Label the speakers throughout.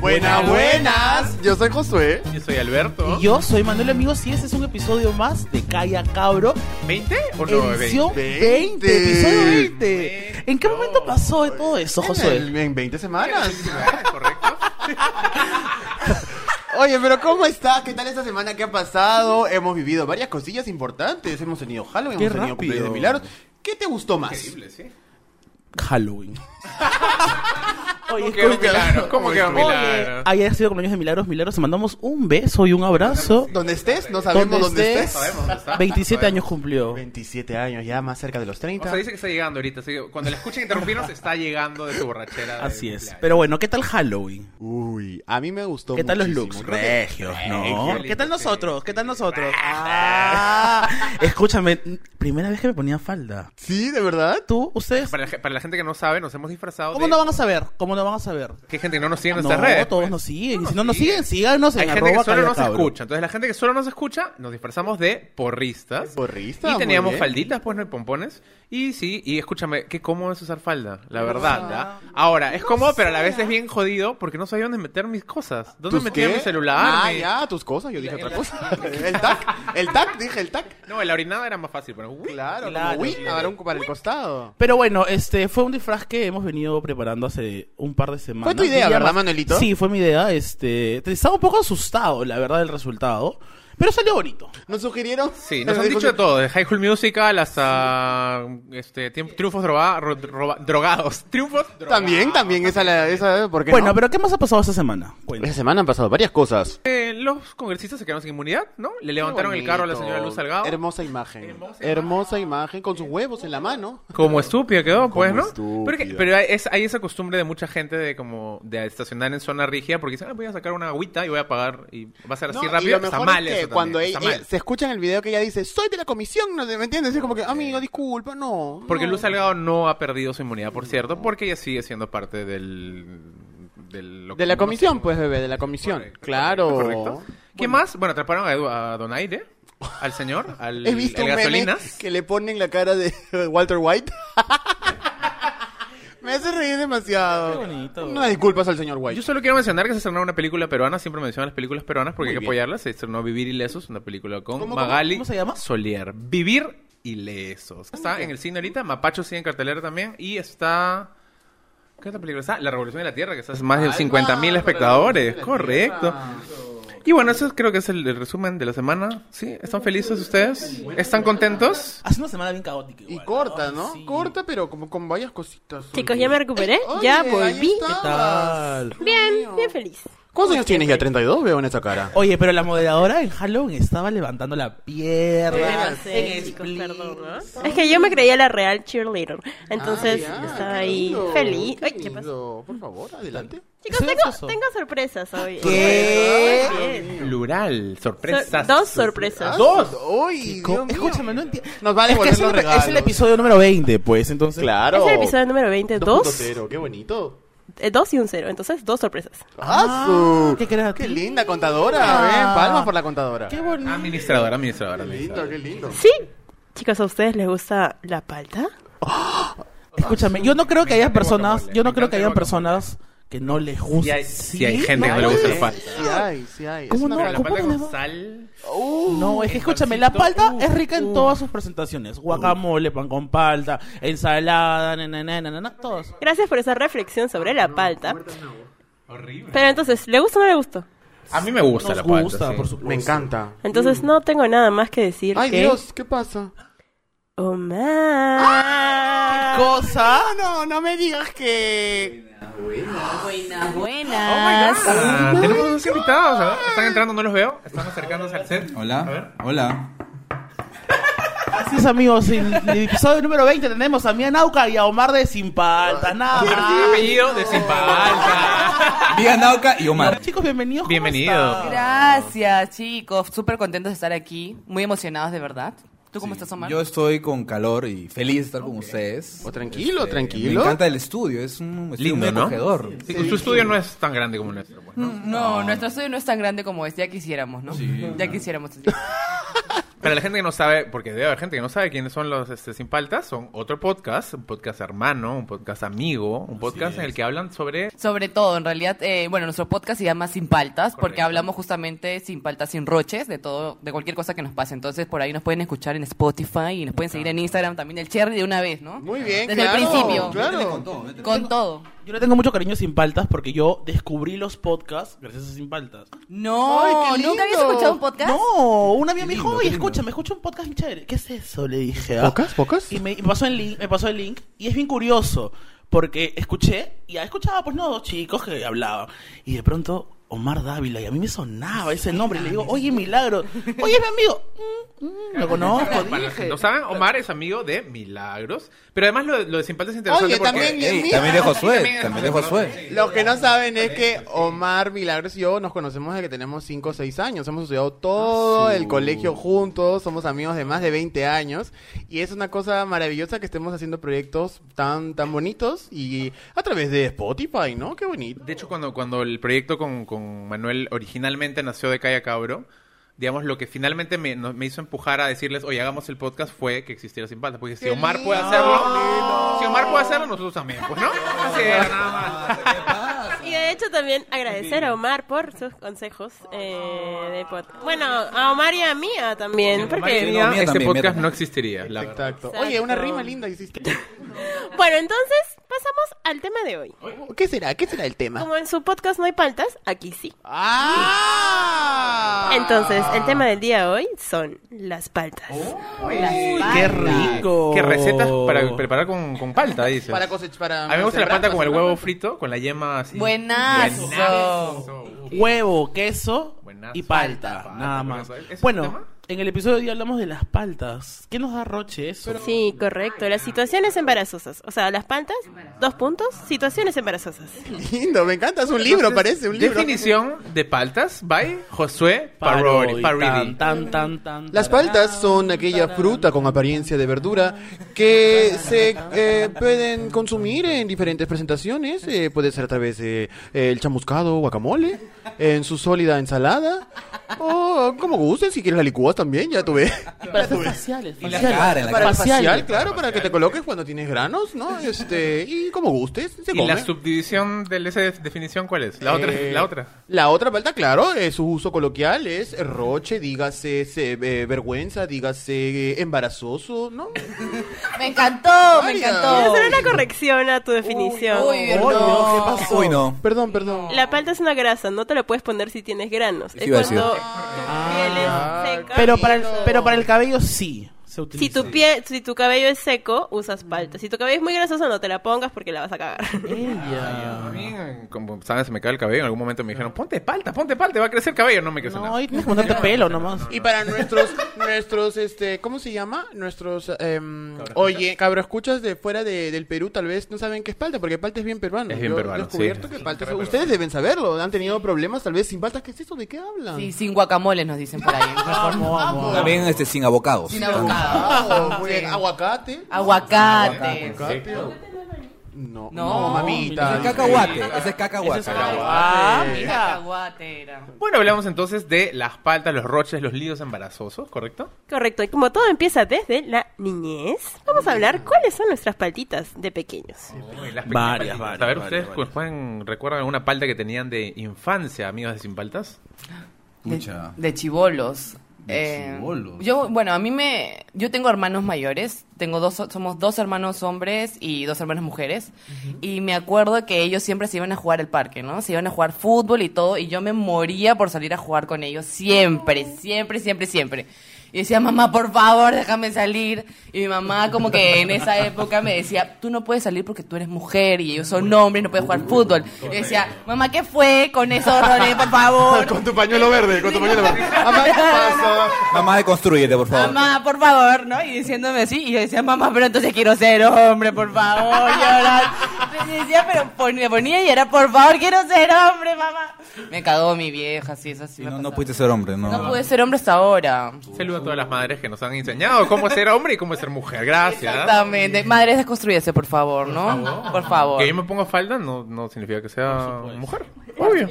Speaker 1: Buenas, buenas.
Speaker 2: Yo soy Josué.
Speaker 1: Yo soy Alberto.
Speaker 3: Y yo soy Manuel Amigos y este es un episodio más de Calla Cabro.
Speaker 1: ¿20 o no?
Speaker 3: Edición
Speaker 1: 20?
Speaker 3: 20,
Speaker 2: 20.
Speaker 3: episodio 20. ¿En qué
Speaker 1: No,
Speaker 3: momento pasó de todo eso, Josué?
Speaker 2: En, en 20 semanas.
Speaker 1: ¿Correcto?
Speaker 2: Oye, pero ¿cómo está? ¿Qué tal esta semana? ¿Qué ha pasado? Hemos vivido varias cosillas importantes. Hemos tenido Halloween,
Speaker 3: Qué
Speaker 2: hemos tenido
Speaker 3: rápido.
Speaker 2: cumpleaños de milagros. ¿Qué te gustó más?
Speaker 1: Increíble, sí.
Speaker 3: Halloween. Oye,
Speaker 1: que era un
Speaker 3: escucha.
Speaker 1: milagro? ¿Cómo que era un
Speaker 3: Oye,
Speaker 1: milagro?
Speaker 3: Ayer ha sido cumpleaños de Milagros Milagros. Te mandamos un beso y un abrazo.
Speaker 2: Donde estés, no sabemos
Speaker 3: Donde
Speaker 2: dónde estés.
Speaker 3: estés.
Speaker 1: Sabemos dónde está.
Speaker 3: 27
Speaker 1: Sabemos.
Speaker 3: años cumplió.
Speaker 2: 27 años, ya más cerca de los
Speaker 1: O
Speaker 2: 30.
Speaker 1: sea, dice que está llegando ahorita. así que cuando le escuchen interrumpirnos, está llegando de su borrachera. de
Speaker 3: Así es.
Speaker 1: cumpleaños.
Speaker 3: Pero bueno, ¿qué tal Halloween?
Speaker 2: Uy, a mí me gustó
Speaker 3: ¿Qué tal los
Speaker 2: muchísimo.
Speaker 3: looks?
Speaker 2: Creo que-
Speaker 3: Regios,
Speaker 1: Regios,
Speaker 3: ¿no? ¿Qué tal
Speaker 1: lindos,
Speaker 3: nosotros?
Speaker 1: sí.
Speaker 3: ¿Qué tal nosotros? Ah, escúchame, primera vez que me ponía falda.
Speaker 2: Sí, de verdad.
Speaker 3: ¿Tú? ¿Ustedes?
Speaker 1: Para la, ge- para la gente que no sabe, nos hemos disfrazado.
Speaker 3: ¿Cómo
Speaker 1: de...
Speaker 3: no van a saber? ¿Cómo no van a saber? Ah,
Speaker 1: Que hay gente que no nos sigue en
Speaker 3: no,
Speaker 1: nuestras redes.
Speaker 3: todos
Speaker 1: pues.
Speaker 3: nos siguen.
Speaker 1: No
Speaker 3: si no nos
Speaker 1: siguen.
Speaker 3: siguen, síganos en
Speaker 1: Hay gente que
Speaker 3: arroba
Speaker 1: solo nos
Speaker 3: callacabro.
Speaker 1: escucha. Entonces, la gente que solo nos escucha, nos disfrazamos de porristas.
Speaker 2: Porrista.
Speaker 1: Y
Speaker 2: muy
Speaker 1: teníamos
Speaker 2: bien.
Speaker 1: falditas, pues no hay pompones. Y sí, y escúchame, qué cómodo es usar falda, la verdad. ¿ya? Ahora, es cómodo, pero a la vez es bien jodido porque no sabía dónde meter mis cosas. ¿Dónde
Speaker 2: ¿Tus
Speaker 1: metía
Speaker 2: qué?
Speaker 1: mi celular?
Speaker 2: Ah,
Speaker 1: mi-
Speaker 2: ya, tus cosas. Yo dije
Speaker 1: En
Speaker 2: otra
Speaker 1: la-
Speaker 2: cosa. el tac, el tac, dije el tac.
Speaker 1: No, en la orinada era más fácil. Pero, uh, uy,
Speaker 2: Claro,
Speaker 3: Claro,
Speaker 2: como uy,
Speaker 3: claro.
Speaker 2: ahora un para el costado.
Speaker 3: Pero bueno, este fue un disfraz que hemos venido preparando hace un par de semanas.
Speaker 2: Fue tu idea,
Speaker 3: Y ya
Speaker 2: ¿verdad,
Speaker 3: más-
Speaker 2: Manuelito?
Speaker 3: Sí, fue mi idea. Este, te- estaba un poco asustado, la verdad, del resultado. Pero salió bonito.
Speaker 2: Nos sugirieron.
Speaker 1: Sí, nos
Speaker 2: eh,
Speaker 1: han dicho de todo, de High School Musical hasta este, tiemp- triunfos droga- ro- droga- drogados. Triunfos drogados.
Speaker 2: También, también, esa, la, esa, ¿por qué
Speaker 3: Bueno,
Speaker 2: no?
Speaker 3: pero ¿qué más ha pasado esta semana? Cuenta.
Speaker 2: Esta semana han pasado varias cosas.
Speaker 1: Eh, los congresistas se quedaron sin inmunidad, ¿no? Le levantaron el carro a la señora Luz Salgado.
Speaker 2: Hermosa imagen.
Speaker 1: Hermosa
Speaker 2: Hermosa, imagen, con sus huevos en la mano.
Speaker 1: Como estúpida quedó, pues, ¿no?
Speaker 2: estúpida.
Speaker 1: Pero, que- pero hay, es- hay esa costumbre de mucha gente de como de estacionar en zona rígida porque dicen, "Ah, voy a sacar una agüita y voy a pagar y va a ser así
Speaker 2: No, y
Speaker 1: rápido.
Speaker 2: lo
Speaker 1: Está
Speaker 2: mejor
Speaker 1: mal
Speaker 2: es que
Speaker 1: eso también,
Speaker 2: cuando
Speaker 1: está
Speaker 2: ella-
Speaker 1: mal.
Speaker 2: se escucha en el video que ella dice, soy de la comisión, ¿no? ¿me entiendes? Es como que, amigo, disculpa, no.
Speaker 1: Porque
Speaker 2: no.
Speaker 1: Luz Salgado no ha perdido su inmunidad, por cierto, porque ella sigue siendo parte del... del-
Speaker 2: De la
Speaker 1: no sé
Speaker 2: comisión, pues, bebé, de la comisión.
Speaker 1: Correcto,
Speaker 2: claro.
Speaker 1: correcto. ¿Qué más? Bueno, atraparon a, Edu- a Donaire, al señor, al
Speaker 2: He visto
Speaker 1: el
Speaker 2: un meme
Speaker 1: gasolinas.
Speaker 2: que le ponen la cara de Walter White. Me hace reír demasiado.
Speaker 3: Qué bonito.
Speaker 2: Unas disculpas al señor White.
Speaker 1: Yo solo quiero mencionar que se estrenó una película peruana, siempre mencionan las películas peruanas
Speaker 2: Muy
Speaker 1: porque hay que
Speaker 2: bien.
Speaker 1: apoyarlas. Se estrenó Vivir Ilesos, una película con
Speaker 3: ¿Cómo, cómo,
Speaker 1: Magali
Speaker 3: cómo se llama? Ah,
Speaker 1: Solier. Vivir Ilesos. Está en el cine ahorita, Mapacho sigue en cartelera también y está... ¿Qué otra película está? La Revolución de la Tierra, que está más de 50.000 espectadores. Correcto. Y bueno, eso creo que es el, el resumen de la semana. ¿Sí? ¿Están felices ustedes? ¿Están contentos?
Speaker 3: Hace una semana bien caótica.
Speaker 2: Y
Speaker 3: igual,
Speaker 2: corta, ¿no?
Speaker 3: Sí.
Speaker 2: Corta, pero como con varias cositas.
Speaker 4: Chicos, ya me recuperé, ya
Speaker 2: Oye, ahí
Speaker 4: volví.
Speaker 2: estabas.
Speaker 3: ¿Qué tal?
Speaker 4: Bien, bien feliz.
Speaker 2: ¿Cuántos años tienes ya? 32 veo en esa cara.
Speaker 3: Oye, pero la moderadora en Halloween estaba levantando la pierna.
Speaker 4: No sé,
Speaker 3: en
Speaker 4: chicos,
Speaker 3: split.
Speaker 4: perdón, ¿no? Es que yo me creía la real cheerleader. Entonces
Speaker 2: Ah, ya,
Speaker 4: estaba
Speaker 2: qué
Speaker 4: ahí
Speaker 2: lindo,
Speaker 4: feliz. Ay,
Speaker 2: qué
Speaker 4: ¿qué pasó?
Speaker 2: lindo. Por favor, adelante.
Speaker 4: Chicos,
Speaker 3: ¿Qué es
Speaker 4: tengo,
Speaker 3: eso?
Speaker 4: tengo sorpresas hoy.
Speaker 3: ¿Qué?
Speaker 4: Muy bien.
Speaker 1: Plural, sorpresas.
Speaker 4: So- dos sorpresas.
Speaker 2: ¡Dos! ¡Uy!
Speaker 3: Co-
Speaker 2: Dios mío.
Speaker 3: Escúchame, no entiendo.
Speaker 2: Nos va a
Speaker 3: Es que
Speaker 2: devolver
Speaker 3: es
Speaker 2: los
Speaker 3: el, es el
Speaker 2: regalos.
Speaker 3: episodio número 20, pues, entonces.
Speaker 2: Claro.
Speaker 4: Es el episodio número 20, dos,
Speaker 2: 2.0, qué bonito.
Speaker 4: eh, dos y un cero. Entonces, dos sorpresas.
Speaker 2: ¡Ah, su!
Speaker 3: qué creativo.
Speaker 2: ¡Qué linda contadora!
Speaker 3: Ah.
Speaker 2: ven, palmas por la contadora.
Speaker 3: Qué
Speaker 1: Ah,
Speaker 3: bonito.
Speaker 1: Administrador, administrador, administrador.
Speaker 2: qué lindo.
Speaker 4: Sí. Chicos, ¿a ustedes les gusta la palta?
Speaker 3: Escúchame, yo no creo que haya
Speaker 1: encanta el
Speaker 3: personas,
Speaker 1: guacamole,
Speaker 3: yo
Speaker 1: me
Speaker 3: no creo que
Speaker 1: encanta el
Speaker 3: haya personas que no les guste.
Speaker 1: Sí hay- sí hay gente que no
Speaker 3: ¿No?
Speaker 1: le gusta la
Speaker 2: Sí,
Speaker 1: palta.
Speaker 2: Sí hay, sí hay.
Speaker 3: ¿Cómo no?
Speaker 1: Pero la
Speaker 3: ¿Cómo
Speaker 1: palta
Speaker 3: le
Speaker 1: con
Speaker 3: va?
Speaker 1: sal.
Speaker 2: Uh,
Speaker 3: No, es que escúchame, la palta
Speaker 1: Uh,
Speaker 3: es rica en
Speaker 1: uh.
Speaker 3: todas sus presentaciones. Guacamole, pan con palta, ensalada, na, na, na, na, na, na, todo eso.
Speaker 4: Gracias por esa reflexión sobre
Speaker 2: Ah,
Speaker 4: la palta.
Speaker 1: Horrible.
Speaker 4: Pero entonces, ¿le gusta o no le gustó?
Speaker 1: A mí me gusta
Speaker 3: Nos
Speaker 1: la palta.
Speaker 3: gusta,
Speaker 1: sí.
Speaker 3: por supuesto.
Speaker 2: Me encanta.
Speaker 4: Entonces, no tengo nada más que decir
Speaker 2: Mm. Ay,
Speaker 4: que...
Speaker 2: Dios, ¿qué pasa?
Speaker 4: Omar.
Speaker 3: Cosa.
Speaker 2: Ah, no, no me digas que.
Speaker 5: Buenas,
Speaker 1: Oh my
Speaker 5: buenas.
Speaker 1: God. Tenemos dos invitados. a ver, Están entrando, no los veo. Están acercándose al set. A ver.
Speaker 6: Hola, hola.
Speaker 3: Así es, amigos. En el episodio número 20 tenemos a Mía Nauca y a Omar de Sin Palta. Nada
Speaker 1: Ah,
Speaker 3: más.
Speaker 1: apellido de sin palta.
Speaker 6: Diga Nauca y Omar.
Speaker 3: Chicos, bienvenidos. ¿cómo
Speaker 1: Bienvenido.
Speaker 3: están?
Speaker 5: Gracias, chicos. Súper contentos de estar aquí. Muy emocionados, de verdad. ¿Tú cómo
Speaker 6: Sí,
Speaker 5: estás, Omar?
Speaker 6: Yo estoy con calor y feliz de estar con ustedes.
Speaker 2: Oh, tranquilo,
Speaker 6: Este,
Speaker 2: tranquilo.
Speaker 6: Me encanta el estudio, es un estudio
Speaker 1: Lindo,
Speaker 6: muy
Speaker 1: ¿no?
Speaker 6: acogedor.
Speaker 1: Sí, su estudio no es tan grande como el nuestro. pues, ¿no?
Speaker 5: No, nuestro estudio no es tan grande como este. Ya quisiéramos, ¿no? Ya quisiéramos.
Speaker 1: Para la gente que no sabe, porque debe haber gente que no sabe quiénes son los este, Sin Paltas, son otro podcast, un podcast hermano, un podcast amigo, un podcast en el que hablan sobre...
Speaker 5: Sobre todo, en realidad, eh, bueno, nuestro podcast se llama Sin Paltas, porque
Speaker 1: Correcto.
Speaker 5: hablamos justamente sin paltas, sin roches, de todo, de cualquier cosa que nos pase. Entonces, por ahí nos pueden escuchar en Spotify y nos pueden seguir en Instagram también el Cherry de una vez, ¿no?
Speaker 2: Muy bien,
Speaker 5: Desde
Speaker 2: claro,
Speaker 5: el principio.
Speaker 2: Claro.
Speaker 5: Con todo.
Speaker 3: Yo le tengo mucho cariño sin paltas porque yo descubrí los podcasts gracias a sin paltas.
Speaker 5: No,
Speaker 2: ¡Ay, qué
Speaker 5: ¿nunca habías
Speaker 2: lindo!
Speaker 5: escuchado un podcast?
Speaker 3: No, una amiga me
Speaker 6: Qué
Speaker 3: dijo,
Speaker 6: lindo,
Speaker 3: oye,
Speaker 6: qué lindo.
Speaker 3: escúchame, escucha un podcast bien chévere. ¿Qué es eso? Le dije. ah.
Speaker 2: ¿Pocas? ¿Pocas?
Speaker 3: Y me, y me pasó el link, me pasó el link y es bien curioso porque escuché y ya escuchaba pues no dos chicos que hablaban y de pronto Omar Dávila y a mí me sonaba ese nombre y le digo, "Oye, Milagro, oye, es mi amigo." Mm, mm, lo conozco,
Speaker 1: Para los que
Speaker 3: dije.
Speaker 1: no saben, Omar es amigo de Milagros, pero además lo, lo de Sin Paltas es interesante
Speaker 2: Oye,
Speaker 1: porque...
Speaker 2: también,
Speaker 6: Ey,
Speaker 2: mira.
Speaker 6: también de Josué,
Speaker 1: También-
Speaker 6: también de Josué.
Speaker 2: Lo que no saben es que Omar Milagros y yo nos conocemos desde que tenemos 5 o 6 años. Hemos estudiado todo el colegio juntos, somos amigos de más de 20 años. Y es una cosa maravillosa que estemos haciendo proyectos tan, tan bonitos y a través de Spotify, ¿no? Qué bonito.
Speaker 1: De hecho, cuando, cuando el proyecto con, con Manuel originalmente nació de Calla Cabro, digamos, lo que finalmente me, nos- me hizo empujar a decirles, oye, hagamos el podcast fue que existiera Sin Paltas. Porque si
Speaker 2: ¡Qué
Speaker 1: Omar puede
Speaker 2: lindo!
Speaker 1: hacerlo,
Speaker 2: ¡Lindo!
Speaker 1: si Omar puede hacerlo, nosotros también, pues, ¿no? Así era, nada más.
Speaker 4: Y de hecho también agradecer a Omar por sus consejos eh, de podcast. Bueno, a Omar y a Mía también,
Speaker 1: Sin
Speaker 4: porque...
Speaker 1: ella,
Speaker 6: mía
Speaker 1: este
Speaker 6: también, mía
Speaker 1: podcast
Speaker 6: también.
Speaker 1: no existiría, la verdad.
Speaker 2: Exacto. Oye, una
Speaker 4: Exacto.
Speaker 2: rima linda hiciste.
Speaker 4: Bueno, entonces pasamos al tema de hoy.
Speaker 2: ¿Qué será? ¿Qué será el tema?
Speaker 4: Como en su podcast no hay paltas, aquí sí.
Speaker 2: ¡Ah!
Speaker 4: Entonces, el tema del día de hoy son las paltas.
Speaker 3: Uy, qué rico.
Speaker 1: ¿Qué recetas
Speaker 6: Oh.
Speaker 1: para preparar con, con palta, dices?
Speaker 2: Para cosechar. Para
Speaker 1: a mí me gusta la
Speaker 2: sembrar,
Speaker 1: palta
Speaker 2: para
Speaker 1: con el
Speaker 2: sembrar.
Speaker 1: huevo frito, con la yema así.
Speaker 5: Buenazo.
Speaker 3: Huevo, queso
Speaker 1: Buenazo.
Speaker 3: y palta,
Speaker 1: Palta,
Speaker 3: nada
Speaker 1: palta,
Speaker 3: más.
Speaker 1: palta. ¿Ese es el tema?
Speaker 3: Bueno, en el episodio de hoy hablamos de las paltas. ¿Qué nos da roche eso?
Speaker 4: Sí, correcto. Las situaciones embarazosas. O sea, las paltas, dos puntos, situaciones embarazosas.
Speaker 2: Lindo, me encanta. Es un libro, parece un libro.
Speaker 1: Definición de paltas by Josué Parodi.
Speaker 3: Parodi,
Speaker 1: Parodi.
Speaker 3: tan, tan, tan, tan,
Speaker 2: Las
Speaker 3: tararán,
Speaker 2: paltas son aquella fruta con apariencia de verdura que se eh, pueden consumir en diferentes presentaciones. Eh, puede ser a través de eh, el chamuscado guacamole, en su sólida ensalada, o como gusten, si quieres la licúas también, ya tuve.
Speaker 3: Y para hacer faciales,
Speaker 6: Y la
Speaker 3: faciales,
Speaker 6: cara, la cara.
Speaker 3: faciales.
Speaker 2: Facial, claro, para que te coloques cuando tienes granos, ¿no? Este, y como gustes, se
Speaker 1: ¿Y la
Speaker 2: come.
Speaker 1: subdivisión de esa definición cuál es? La otra,
Speaker 2: Eh,
Speaker 1: la otra.
Speaker 2: La otra palta, claro, eh, su uso coloquial es roche, dígase se- eh, vergüenza, dígase eh, embarazoso, ¿no?
Speaker 5: Me encantó, me
Speaker 2: Varias.
Speaker 5: encantó.
Speaker 4: Quiero hacer una corrección a tu definición.
Speaker 5: Uy,
Speaker 3: Oh,
Speaker 5: no.
Speaker 3: no, ¿qué pasó?
Speaker 6: Uy, no.
Speaker 2: Perdón, perdón.
Speaker 4: La palta es una grasa, no te la puedes poner si tienes granos.
Speaker 6: Sí,
Speaker 4: Es
Speaker 6: iba a decir.
Speaker 4: cuando tu piel es seca.
Speaker 3: Pero para el, pero para el cabello Ah, sí se
Speaker 4: si
Speaker 3: utiliza.
Speaker 4: tu pie, si tu cabello es seco, usas palta. Si tu cabello es muy grasoso, no te la pongas porque la vas a cagar.
Speaker 1: A
Speaker 3: Ella.
Speaker 1: mí, eh, como saben, se me cae el cabello. En algún momento me dijeron, ponte palta, ponte palta, va a crecer cabello. No me crece
Speaker 3: No,
Speaker 1: nada.
Speaker 3: ahí tienes que ponerte pelo nomás.
Speaker 2: Y para nuestros, nuestros, este, ¿cómo se llama? Nuestros, em, oye, cabro, escuchas de fuera de- del Perú, tal vez no saben qué es palta, porque palta es bien peruano.
Speaker 1: Es bien
Speaker 2: Yo he
Speaker 1: peruano,
Speaker 2: descubierto
Speaker 1: sí.
Speaker 2: que palta es- Ustedes deben saberlo, han tenido problemas tal vez sin paltas. ¿Qué es eso? ¿De qué hablan?
Speaker 5: Sí, sin guacamole nos dicen por ahí.
Speaker 3: Vamos, vamos.
Speaker 6: También este, sin abocados.
Speaker 5: Sin abocado.
Speaker 2: Ah, muy bien. Aguacate.
Speaker 5: Aguacate.
Speaker 2: Aguacate. No, no,
Speaker 5: No,
Speaker 2: mamita.
Speaker 6: Ese es cacahuate, ese es cacahuate.
Speaker 3: Ah, mira.
Speaker 5: Aguacatera.
Speaker 1: Bueno, hablamos entonces de las paltas, los roches, los líos embarazosos, ¿correcto?
Speaker 4: Correcto, y como todo empieza desde la niñez, vamos a hablar cuáles son nuestras paltitas de pequeños.
Speaker 1: Uy, las pequeñas paltitas.
Speaker 3: Varias, varias,
Speaker 1: A ver,
Speaker 3: varias,
Speaker 1: ¿ustedes
Speaker 3: varias.
Speaker 1: pueden- recuerdan alguna palta que tenían de infancia, amigos de Sin Paltas?
Speaker 6: Pucha.
Speaker 5: De chivolos. Eh,
Speaker 6: De chibolos.
Speaker 5: yo, bueno, a mí me. Yo tengo hermanos mayores. Tengo dos, somos dos hermanos hombres y dos hermanas mujeres. Y me acuerdo que ellos siempre se iban a jugar al parque, ¿no? Se iban a jugar fútbol y todo. Y yo me moría por salir a jugar con ellos siempre, siempre, siempre, siempre. Y decía, mamá, por favor, déjame salir. Y mi mamá, como que en esa época, me decía, tú no puedes salir porque tú eres mujer y ellos son hombres, no puedes jugar fútbol. Y decía, mamá, ¿qué fue con eso, Roné, por favor?
Speaker 2: Con tu pañuelo verde, con tu pañuelo verde. Mamá, ¿qué pasa?
Speaker 6: Mamá, deconstruyete, por favor.
Speaker 5: Mamá, por favor, ¿no? Y diciéndome así. Y yo decía, mamá, pero entonces quiero ser hombre, por favor. Y ahora- Y decía, pero pon- me ponía y era, por favor, quiero ser hombre, mamá. Me cagó mi vieja, sí, eso sí.
Speaker 6: Sí,
Speaker 5: me
Speaker 6: no, no
Speaker 5: ha pasado.
Speaker 6: pudiste ser hombre, no.
Speaker 5: No pude ser hombre hasta ahora.
Speaker 1: Saludo a todas las madres que nos han enseñado cómo ser hombre y cómo ser mujer. Gracias.
Speaker 5: Exactamente. Madres, desconstruyese, por favor, ¿no? Por favor.
Speaker 1: Que yo me pongo falda no, no significa que sea mujer. Obvio.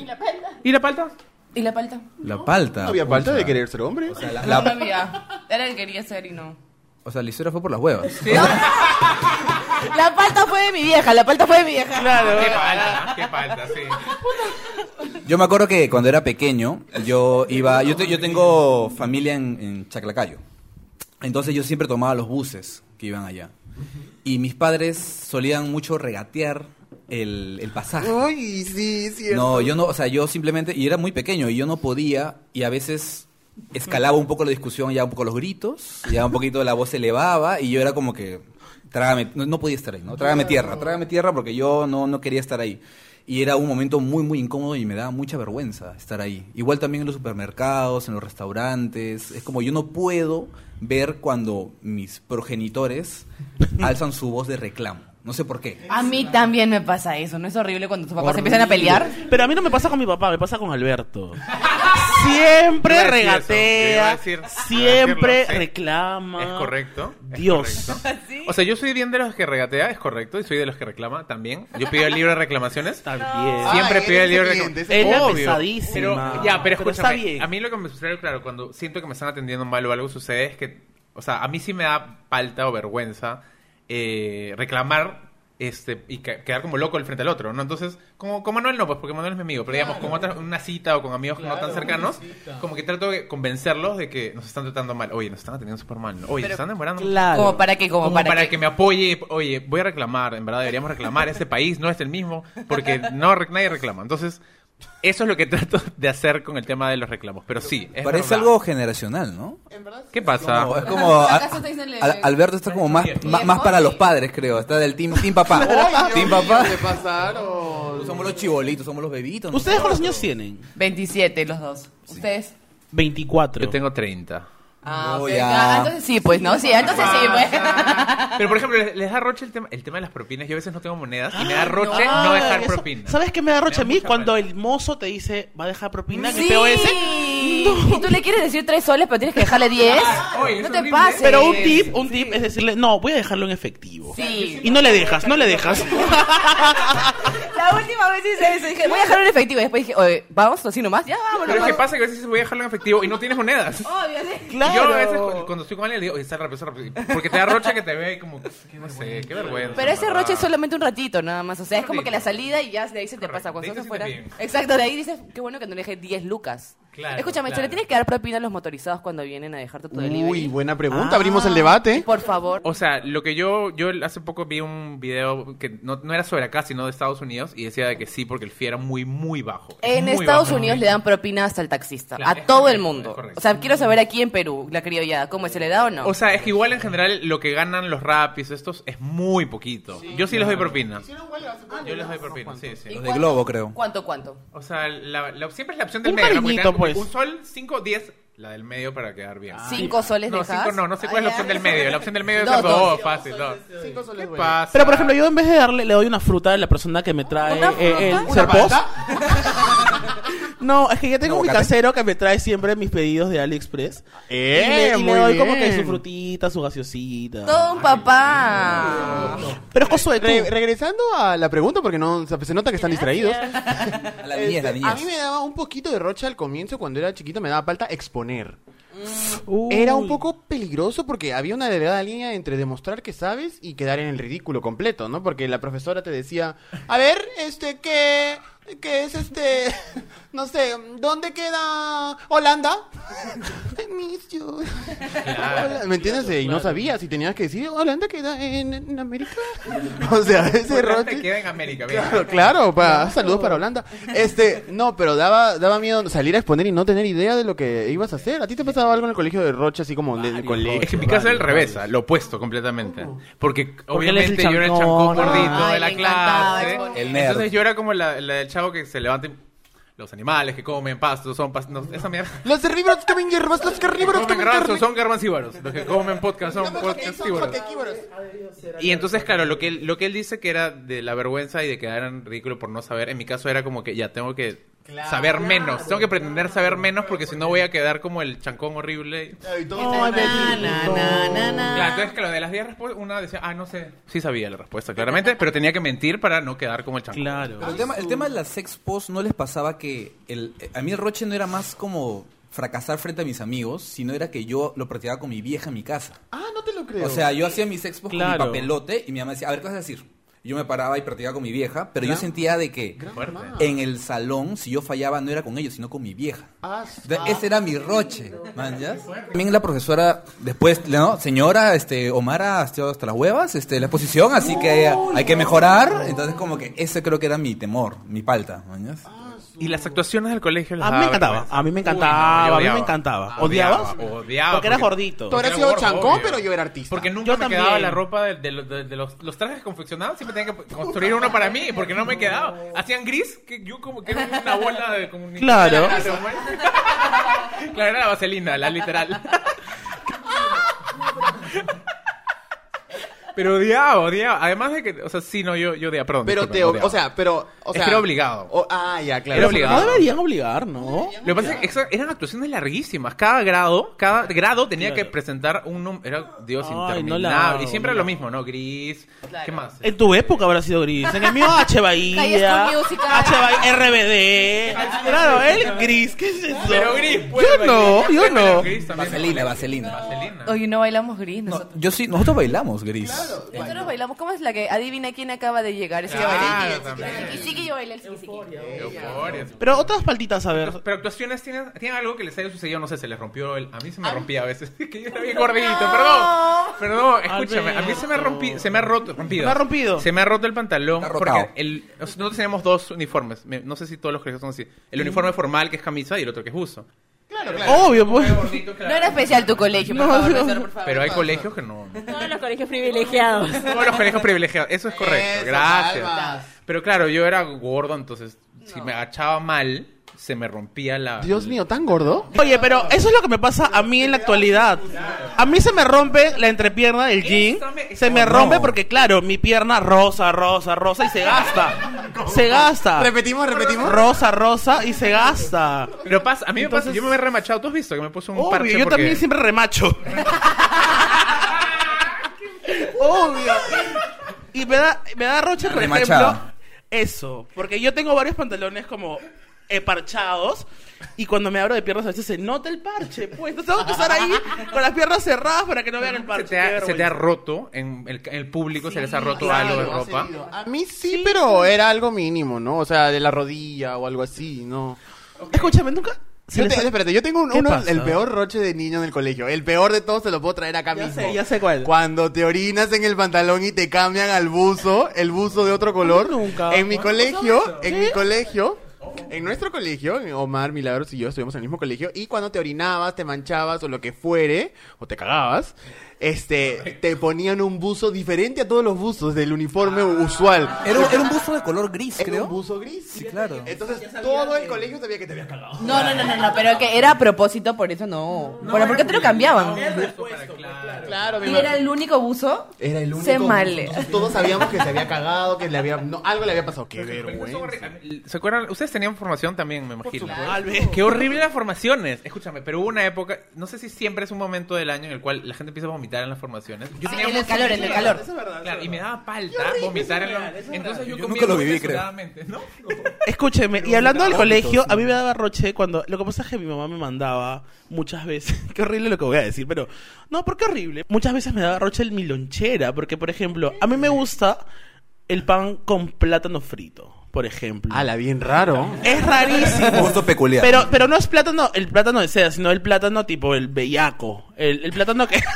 Speaker 1: ¿Y la palta?
Speaker 5: ¿Y la palta?
Speaker 6: La palta.
Speaker 2: No había falta
Speaker 6: pucha.
Speaker 2: de querer ser hombre.
Speaker 6: O sea, la,
Speaker 5: No, no
Speaker 6: la-
Speaker 5: había. Era el que quería ser y no.
Speaker 6: o sea, la historia fue por las huevas.
Speaker 7: La palta fue de mi vieja, la palta fue de mi vieja.
Speaker 1: Qué falta, qué falta, sí.
Speaker 6: Yo me acuerdo que cuando era pequeño, yo iba. Yo, te- yo tengo familia en, en Chaclacayo. Entonces yo siempre tomaba los buses que iban allá. Y mis padres solían mucho regatear el, el pasaje.
Speaker 2: Uy, sí, cierto.
Speaker 6: No, yo no, o sea, yo simplemente, y era muy pequeño, y yo no podía, y a veces escalaba un poco la discusión, ya un poco los gritos, ya un poquito la voz se elevaba, y yo era como que, trágame, no, no podía estar ahí, ¿no? Trágame tierra, trágame tierra, porque yo no, no quería estar ahí. Y era un momento muy, muy incómodo y me daba mucha vergüenza estar ahí. Igual también en los supermercados, en los restaurantes. Es como yo no puedo ver cuando mis progenitores alzan su voz de reclamo. No sé por qué.
Speaker 5: A mí también me pasa eso. ¿No es horrible cuando tus papás empiezan a
Speaker 6: Horrible.
Speaker 5: pelear?
Speaker 3: Pero a mí no me pasa con mi papá, me pasa con Alberto. Siempre
Speaker 1: Yo iba a decir eso, yo iba
Speaker 3: regatea,
Speaker 1: a decir- iba a
Speaker 3: siempre
Speaker 1: decirlo, sí.
Speaker 3: reclama.
Speaker 1: Es correcto. es
Speaker 3: Dios.
Speaker 1: correcto. O sea, yo soy bien de los que regatea, es correcto, y soy de los que reclama también. Yo pido el libro de reclamaciones.
Speaker 3: También.
Speaker 2: Ah,
Speaker 1: Siempre
Speaker 2: eres
Speaker 1: pido el libro de
Speaker 2: ese
Speaker 1: reclamaciones.
Speaker 2: cliente,
Speaker 3: ese- Es la
Speaker 1: Obvio.
Speaker 3: pesadísima.
Speaker 1: Pero, ya, pero
Speaker 3: Pero
Speaker 1: escúchame.
Speaker 3: está bien.
Speaker 1: A mí lo que me sucede, claro, cuando siento que me están atendiendo mal o algo sucede es que, o sea, a mí sí me da falta o vergüenza eh, reclamar. Este, y que- quedar como loco el frente al otro, ¿no? Entonces, como, como Manuel no, pues porque Manuel es mi amigo, pero digamos, con otra, una cita o con amigos no tan cercanos, como que trato de convencerlos de que nos están tratando mal. Oye, nos están atendiendo súper mal. ¿no? Oye, nos están demorando.
Speaker 3: Claro.
Speaker 5: Como para que, como,
Speaker 1: Como
Speaker 5: para,
Speaker 1: para,
Speaker 5: que.
Speaker 1: que... me apoye, oye, voy a reclamar, en verdad deberíamos reclamar, este país no es el mismo, porque no rec- nadie reclama. Entonces, eso es lo que trato de hacer con el tema de los reclamos, pero sí, es
Speaker 6: Parece
Speaker 1: verdad.
Speaker 6: algo generacional, ¿no?
Speaker 1: ¿Qué pasa?
Speaker 6: No, es como a-
Speaker 5: ¿Acaso te dicen le-
Speaker 6: Al- Alberto está como más, más, más para los padres, creo. Está del team, team papá. team papá.
Speaker 2: ¿Qué pasaron?
Speaker 6: Somos los chibolitos, somos los bebitos. ¿no?
Speaker 3: ¿Ustedes cuántos años tienen?
Speaker 5: 27 los dos. ¿Ustedes?
Speaker 3: 24.
Speaker 1: Yo tengo 30.
Speaker 5: Ah,
Speaker 6: No,
Speaker 5: ok.
Speaker 6: ya.
Speaker 5: Ah, entonces sí, pues, ¿no? Sí, entonces sí, pues.
Speaker 1: Pero, por ejemplo, les, les da roche el tema, el tema de las propinas. Yo a veces no tengo monedas y me da roche
Speaker 3: Ah,
Speaker 1: no, dejar
Speaker 3: eso-
Speaker 1: propinas.
Speaker 3: ¿Sabes qué me da
Speaker 1: Me
Speaker 3: roche
Speaker 1: da
Speaker 3: a mí?
Speaker 1: mucha
Speaker 3: Cuando
Speaker 1: falta.
Speaker 3: el mozo te dice, va a dejar propina, que
Speaker 5: Sí.
Speaker 3: POS.
Speaker 5: Y tú le quieres decir tres soles, pero tienes que dejarle 10.
Speaker 1: Oye,
Speaker 5: no
Speaker 1: es
Speaker 5: te
Speaker 1: horrible.
Speaker 5: pases.
Speaker 3: Pero un tip, un tip es decirle, no, voy a dejarlo en efectivo.
Speaker 5: Sí.
Speaker 3: Y no le dejas, no le dejas.
Speaker 5: La última vez hice eso. Dije, voy a dejarlo en efectivo. Y después dije, oye, vamos, así nomás. Ya, vámonos.
Speaker 1: Pero es que
Speaker 5: vamos.
Speaker 1: pasa que a veces voy a dejarlo en efectivo y no tienes monedas.
Speaker 5: Obvio, sí.
Speaker 1: Y Yo a veces
Speaker 3: Claro.
Speaker 1: cu- cuando estoy con alguien le digo, oye, está rápido, está rápido. Porque te da roche que te ve ahí como, no sé, qué vergüenza.
Speaker 5: Pero ese
Speaker 1: en
Speaker 5: roche es
Speaker 1: verdad.
Speaker 5: solamente un ratito, nada más. O sea, es como que la
Speaker 1: Correcto.
Speaker 5: salida y ya de ahí se te
Speaker 1: Correcto.
Speaker 5: pasa. Cuando
Speaker 1: De ahí
Speaker 5: estás
Speaker 1: te
Speaker 5: afuera.
Speaker 1: sientes bien.
Speaker 5: Exacto, de ahí dices, qué bueno que no le dejé 10 lucas.
Speaker 1: Claro,
Speaker 5: Escúchame, ¿se
Speaker 1: claro.
Speaker 5: le tienes que dar propina a los motorizados cuando vienen a dejarte tu delivery?
Speaker 2: Uy, buena pregunta.
Speaker 3: Ah.
Speaker 2: Abrimos el debate.
Speaker 5: Por favor.
Speaker 1: O sea, lo que yo, yo hace poco vi un video que no, no era sobre acá, sino de Estados Unidos, y decía de que sí, porque el fee era muy, muy bajo. Es
Speaker 5: En
Speaker 1: muy
Speaker 5: Estados
Speaker 1: bajo.
Speaker 5: Unidos le dan propina hasta al taxista,
Speaker 1: Claro,
Speaker 5: a
Speaker 1: es
Speaker 5: todo el
Speaker 1: correcto, es
Speaker 5: mundo.
Speaker 1: correcto.
Speaker 5: O sea, quiero saber aquí en Perú, la criollada, ¿cómo es? ¿Se le da o no?
Speaker 1: O sea, es que igual en general lo que ganan los rapis estos es muy poquito. yo sí les doy propina. Yo les doy propina, sí, sí.
Speaker 6: Los
Speaker 5: ¿Y
Speaker 6: de
Speaker 5: cuánto-
Speaker 6: Globo, creo.
Speaker 5: ¿Cuánto, cuánto?
Speaker 1: O sea, la- la- siempre es la opción del
Speaker 3: Un
Speaker 1: medio. ¿no? Porque
Speaker 3: cariñito,
Speaker 1: te dan
Speaker 3: pues.
Speaker 1: Un sol, cinco, diez, la del medio para quedar bien.
Speaker 5: Ah. ¿Cinco soles
Speaker 1: Ah, No,
Speaker 5: dejas?
Speaker 1: cinco no, no sé cuál es la opción
Speaker 5: Ay,
Speaker 1: del
Speaker 5: ay.
Speaker 1: medio. La opción del medio es
Speaker 5: Dos,
Speaker 1: dos,
Speaker 5: dos.
Speaker 1: fácil, dos.
Speaker 2: Cinco soles,
Speaker 1: ¿Qué
Speaker 2: bueno.
Speaker 1: pasa?
Speaker 3: Pero por ejemplo, yo en vez de darle, le doy una fruta a la persona que me trae
Speaker 5: ¿Una
Speaker 3: eh,
Speaker 5: fruta?
Speaker 3: el
Speaker 5: ¿Una
Speaker 3: serpos.
Speaker 2: palta?
Speaker 3: No, es que ya tengo
Speaker 6: ¿Un
Speaker 3: mi
Speaker 6: aguacate?
Speaker 3: casero que me trae siempre mis pedidos de AliExpress. y
Speaker 2: Eh,
Speaker 3: le, y le
Speaker 2: muy
Speaker 3: doy como que
Speaker 2: bien.
Speaker 3: su frutita, su gaseosita.
Speaker 5: Todo un papá.
Speaker 3: Pero Josué, tú,
Speaker 2: Re- Eh, regresando a la pregunta, porque no o sea, se nota que están distraídos.
Speaker 6: A la niñez,
Speaker 2: Este,
Speaker 6: la
Speaker 2: a mí
Speaker 6: niñez.
Speaker 2: me daba un poquito de rocha al comienzo cuando era chiquito, me daba falta exponer.
Speaker 6: Mm.
Speaker 3: Uy.
Speaker 2: Era un poco peligroso porque había una delgada línea entre demostrar que sabes y quedar en el ridículo completo, ¿no? Porque la profesora te decía, a ver, este, ¿qué, qué es este? No sé, ¿dónde queda Holanda? I miss you. Hola- ¿Me entiendes? y no sabías y tenías que decir, Holanda queda en, en América. o sea, ese
Speaker 1: Holanda
Speaker 2: roche...
Speaker 1: queda en América, bien.
Speaker 2: Claro, claro, pa- saludos para Holanda. Este, no, pero daba, daba miedo salir a exponer y no tener idea de lo que ibas a hacer. ¿A ti te pasaba algo en el colegio de Rocha, así como del
Speaker 1: Es que
Speaker 2: colegio?
Speaker 1: mi caso era el revés, ah, lo opuesto completamente. Porque
Speaker 3: él es el
Speaker 1: obviamente yo era el chancón
Speaker 3: chancón.
Speaker 1: gordito
Speaker 5: Ay,
Speaker 1: de la
Speaker 5: le encantaba
Speaker 1: clase.
Speaker 5: exponer.
Speaker 6: El nerd.
Speaker 1: Entonces yo era como la, la del chavo que se levanta y- los animales que comen pastos, son pastos, esa mierda.
Speaker 2: Los herbívoros comen hierbas, los carnívoros
Speaker 1: Comen
Speaker 2: comen
Speaker 1: grasos,
Speaker 2: carne.
Speaker 1: son garbancíbaros. Los que comen podcast son podcastíbaros. Y entonces, claro, lo que, él, lo que él dice que era de la vergüenza y de quedar en ridículo por no saber, en mi caso era como que ya tengo que saber menos. Tengo que pretender saber menos porque si no voy a quedar como el chancón horrible.
Speaker 2: Ay,
Speaker 5: Na, na, na, na, na.
Speaker 1: Claro, entonces, claro, de las 10 respuestas, una decía, ah, no sé. Sí sabía la respuesta, claramente, pero tenía que mentir para no quedar como el chancón.
Speaker 3: Claro.
Speaker 6: Pero el tema, el tema de las sex posts no les pasaba que el, eh, a mí el roche no era más como fracasar frente a mis amigos, sino era que yo lo practicaba con mi vieja en mi casa.
Speaker 2: Ah, no te lo creo.
Speaker 6: O sea, yo hacía mis sex posts
Speaker 3: Claro.
Speaker 6: con mi papelote y mi mamá decía, a ver, ¿qué vas a decir? Y Yo me paraba y practicaba con mi vieja, pero yo sentía de que
Speaker 1: Fuerte.
Speaker 6: en el salón, si yo fallaba, no era con ellos, sino con mi vieja.
Speaker 2: Ah,
Speaker 6: De- Ese era mi roche, manjas. También la profesora, después, ¿no? Señora, este, Omara, ha sido hasta las huevas, este, la exposición, así que hay que mejorar. Entonces, como que ese creo que era mi temor, mi palta, manjas.
Speaker 1: Y las actuaciones del colegio las
Speaker 3: A mí me
Speaker 1: daba
Speaker 3: encantaba,
Speaker 1: vergüenza.
Speaker 3: a mí me
Speaker 1: pues. Uy, no,
Speaker 3: encantaba,
Speaker 1: yo
Speaker 3: a mí me
Speaker 1: odiaba.
Speaker 3: encantaba.
Speaker 1: Ah,
Speaker 3: ¿Odiabas?
Speaker 1: Odiaba.
Speaker 3: Porque eras gordito.
Speaker 2: Tú
Speaker 1: Porque
Speaker 2: habrás
Speaker 1: era
Speaker 2: sido
Speaker 1: gordo,
Speaker 2: chancón,
Speaker 1: obvio.
Speaker 2: pero yo era artista.
Speaker 1: Porque nunca
Speaker 3: Yo
Speaker 1: me quedaba
Speaker 3: también.
Speaker 1: la ropa de, de los- de- de los, los trajes confeccionados, siempre tenía que construir uno para mí, porque no me quedaba. Hacían gris, que yo como que era una bola de como un-
Speaker 3: Claro.
Speaker 1: claro, era la vaselina, la literal. Pero odiaba, odiaba. Además de que, o sea, sí, no, yo, yo odiaba, perdón.
Speaker 2: Pero
Speaker 1: disculpen,
Speaker 2: te,
Speaker 1: odiaba.
Speaker 2: o sea, pero, o
Speaker 1: Es
Speaker 2: sea,
Speaker 1: que era obligado.
Speaker 2: O- ah, ya, claro.
Speaker 1: Era
Speaker 3: No
Speaker 1: obligado.
Speaker 3: deberían obligar, ¿no?
Speaker 1: Lo que pasa es que exa- eran actuaciones larguísimas. Cada grado, cada grado tenía
Speaker 3: Claro.
Speaker 1: que presentar un número. Era Dios
Speaker 3: Ay, no
Speaker 1: interminable.
Speaker 3: la hago,
Speaker 1: y siempre
Speaker 3: no
Speaker 1: lo
Speaker 3: la
Speaker 1: mismo, ¿no? Gris. ¿Qué más?
Speaker 3: En tu época habrá sido gris. En el mío, H.
Speaker 5: High
Speaker 3: Bahía.
Speaker 5: School Musical.
Speaker 3: H. Bahía, RBD. Claro, él gris. ¿Qué es eso?
Speaker 1: Pero gris, pues,
Speaker 3: Yo no, yo
Speaker 1: Pero
Speaker 3: no.
Speaker 1: gris también.
Speaker 6: Vaselina, vaselina.
Speaker 1: Vaselina.
Speaker 5: Oye, no bailamos gris.
Speaker 6: No,
Speaker 5: Nosotros,
Speaker 6: yo sí, nosotros bailamos, Gris. Eh,
Speaker 5: nosotros bailamos. ¿Cómo es la que adivina quién acaba de llegar? Ese
Speaker 1: Claro,
Speaker 5: baile.
Speaker 1: Ah, también.
Speaker 5: Y sí que yo bailé el siki, siki.
Speaker 1: Euforia.
Speaker 3: Pero otras paltitas, a ver.
Speaker 1: Pero actuaciones tienen, tienen algo que les haya sucedido, no sé, se les rompió el... A mí se me rompía a veces, que yo era bien gordito, perdón, perdón, escúchame, a mí se me, rompi, se me ha roto, rompido.
Speaker 3: Se me ha rompido.
Speaker 1: Se me ha roto el pantalón
Speaker 6: Está
Speaker 1: porque
Speaker 6: rotado.
Speaker 1: el, nosotros teníamos dos uniformes, me- no sé si todos los colegios son así, el uniforme formal que es camisa y el otro que es buzo.
Speaker 3: Obvio, pues.
Speaker 5: No era especial tu colegio, por favor, profesor, por favor.
Speaker 1: Pero hay colegios que no.
Speaker 4: Todos los colegios privilegiados.
Speaker 1: Todos los colegios privilegiados, eso es correcto,
Speaker 2: Eso,
Speaker 1: gracias.
Speaker 2: calma.
Speaker 1: Pero claro, yo era gordo, entonces si me agachaba mal, se me rompía la...
Speaker 2: Dios mío, ¿tan gordo?
Speaker 3: Oye, pero eso es lo que me pasa a mí en la actualidad. A mí se me rompe la entrepierna del jean. Se me
Speaker 6: Oh, no.
Speaker 3: rompe porque, claro, mi pierna rosa, rosa, rosa y se gasta. Se gasta.
Speaker 6: ah,
Speaker 2: Repetimos, repetimos.
Speaker 3: Rosa, rosa y se gasta.
Speaker 1: Pero pasa, a mí me
Speaker 3: Entonces-
Speaker 1: pasa, yo me he remachado, ¿tú has visto que me puse un
Speaker 3: Obvio,
Speaker 1: parche
Speaker 3: yo
Speaker 1: porque-
Speaker 3: también siempre remacho. Obvio. Y me da, me da roche, por
Speaker 6: Remachado.
Speaker 3: ejemplo, eso. Porque yo tengo varios pantalones como eh, parchados. Y cuando me abro de piernas a veces se nota el parche. Pues entonces tengo que estar ahí con las piernas cerradas para que no vean el
Speaker 1: se
Speaker 3: parche.
Speaker 1: te
Speaker 3: Qué
Speaker 1: ha, se te ha
Speaker 3: vergüenza.
Speaker 1: roto, en el, en el público se les ha roto
Speaker 2: Claro,
Speaker 1: algo de
Speaker 2: ha
Speaker 1: ropa.
Speaker 2: seguido. A mí sí, pero era algo mínimo, ¿no? O sea, de la rodilla o algo así, ¿no?
Speaker 3: Escúchame, nunca. se
Speaker 2: Yo
Speaker 3: les
Speaker 2: te-
Speaker 3: ha-
Speaker 2: espérate, yo tengo un-
Speaker 3: ¿Qué
Speaker 2: uno-
Speaker 3: pasa?
Speaker 2: el peor roche de niño en el colegio. El peor de todos se lo puedo traer acá
Speaker 3: Ya
Speaker 2: mismo.
Speaker 3: sé, ya sé cuál.
Speaker 2: Cuando te orinas en el pantalón y te cambian al buzo, el buzo de otro color.
Speaker 3: nunca.
Speaker 2: En mi colegio, en
Speaker 3: ¿Sí?
Speaker 2: mi colegio, en nuestro colegio, Omar, Milagros y yo estuvimos en el mismo colegio, y cuando te orinabas, te manchabas o lo que fuere, o te cagabas, este, te ponían un buzo diferente a todos los buzos del uniforme
Speaker 3: Ah.
Speaker 2: usual.
Speaker 6: Era, un- era un buzo de color gris,
Speaker 2: Era
Speaker 6: creo.
Speaker 2: un buzo gris.
Speaker 6: Sí, claro.
Speaker 2: Entonces todo el colegio sabía que te habías cagado.
Speaker 5: No, no, no, no, no, pero que era a propósito, por eso no. Pero, ¿Por qué te lo cambiaban?
Speaker 3: pues,
Speaker 2: Claro, mi
Speaker 5: Y
Speaker 2: ma-
Speaker 5: era el único buzo.
Speaker 2: Era el único.
Speaker 5: Se male.
Speaker 2: Entonces, Todos sabíamos que se había cagado, que le había. no, algo le había pasado. Qué vergüenza.
Speaker 1: ¿Se acuerdan? Ustedes tenían formación también, me imagino.
Speaker 3: Tal vez.
Speaker 1: Qué horrible las formaciones. Escúchame, pero hubo una época, no sé si siempre es un momento del año en el cual la gente empieza a vomitar en las formaciones. Yo tenía
Speaker 5: Ah, En
Speaker 1: mucho-
Speaker 5: el calor, en el calor.
Speaker 1: Claro, y me daba palta vomitar en la... Entonces yo,
Speaker 6: Yo
Speaker 1: comía
Speaker 6: nunca lo
Speaker 1: muy
Speaker 6: viví, creo.
Speaker 1: mesuradamente, ¿no?
Speaker 3: Escúcheme, y hablando del colegio, a mí me daba roche cuando. Lo que pasa es que mi mamá me mandaba muchas veces. Qué horrible lo que voy a decir, pero. No, ¿por qué horrible? Muchas veces me daba roche el mi lonchera, porque, por ejemplo, a
Speaker 2: Mm.
Speaker 3: mí me gusta el pan con plátano frito, por ejemplo.
Speaker 2: Ala, Ah, bien raro.
Speaker 3: Es rarísimo.
Speaker 6: Un gusto peculiar.
Speaker 3: Pero, pero no es plátano, el plátano de seda, sino el plátano tipo el bellaco. El, el plátano que.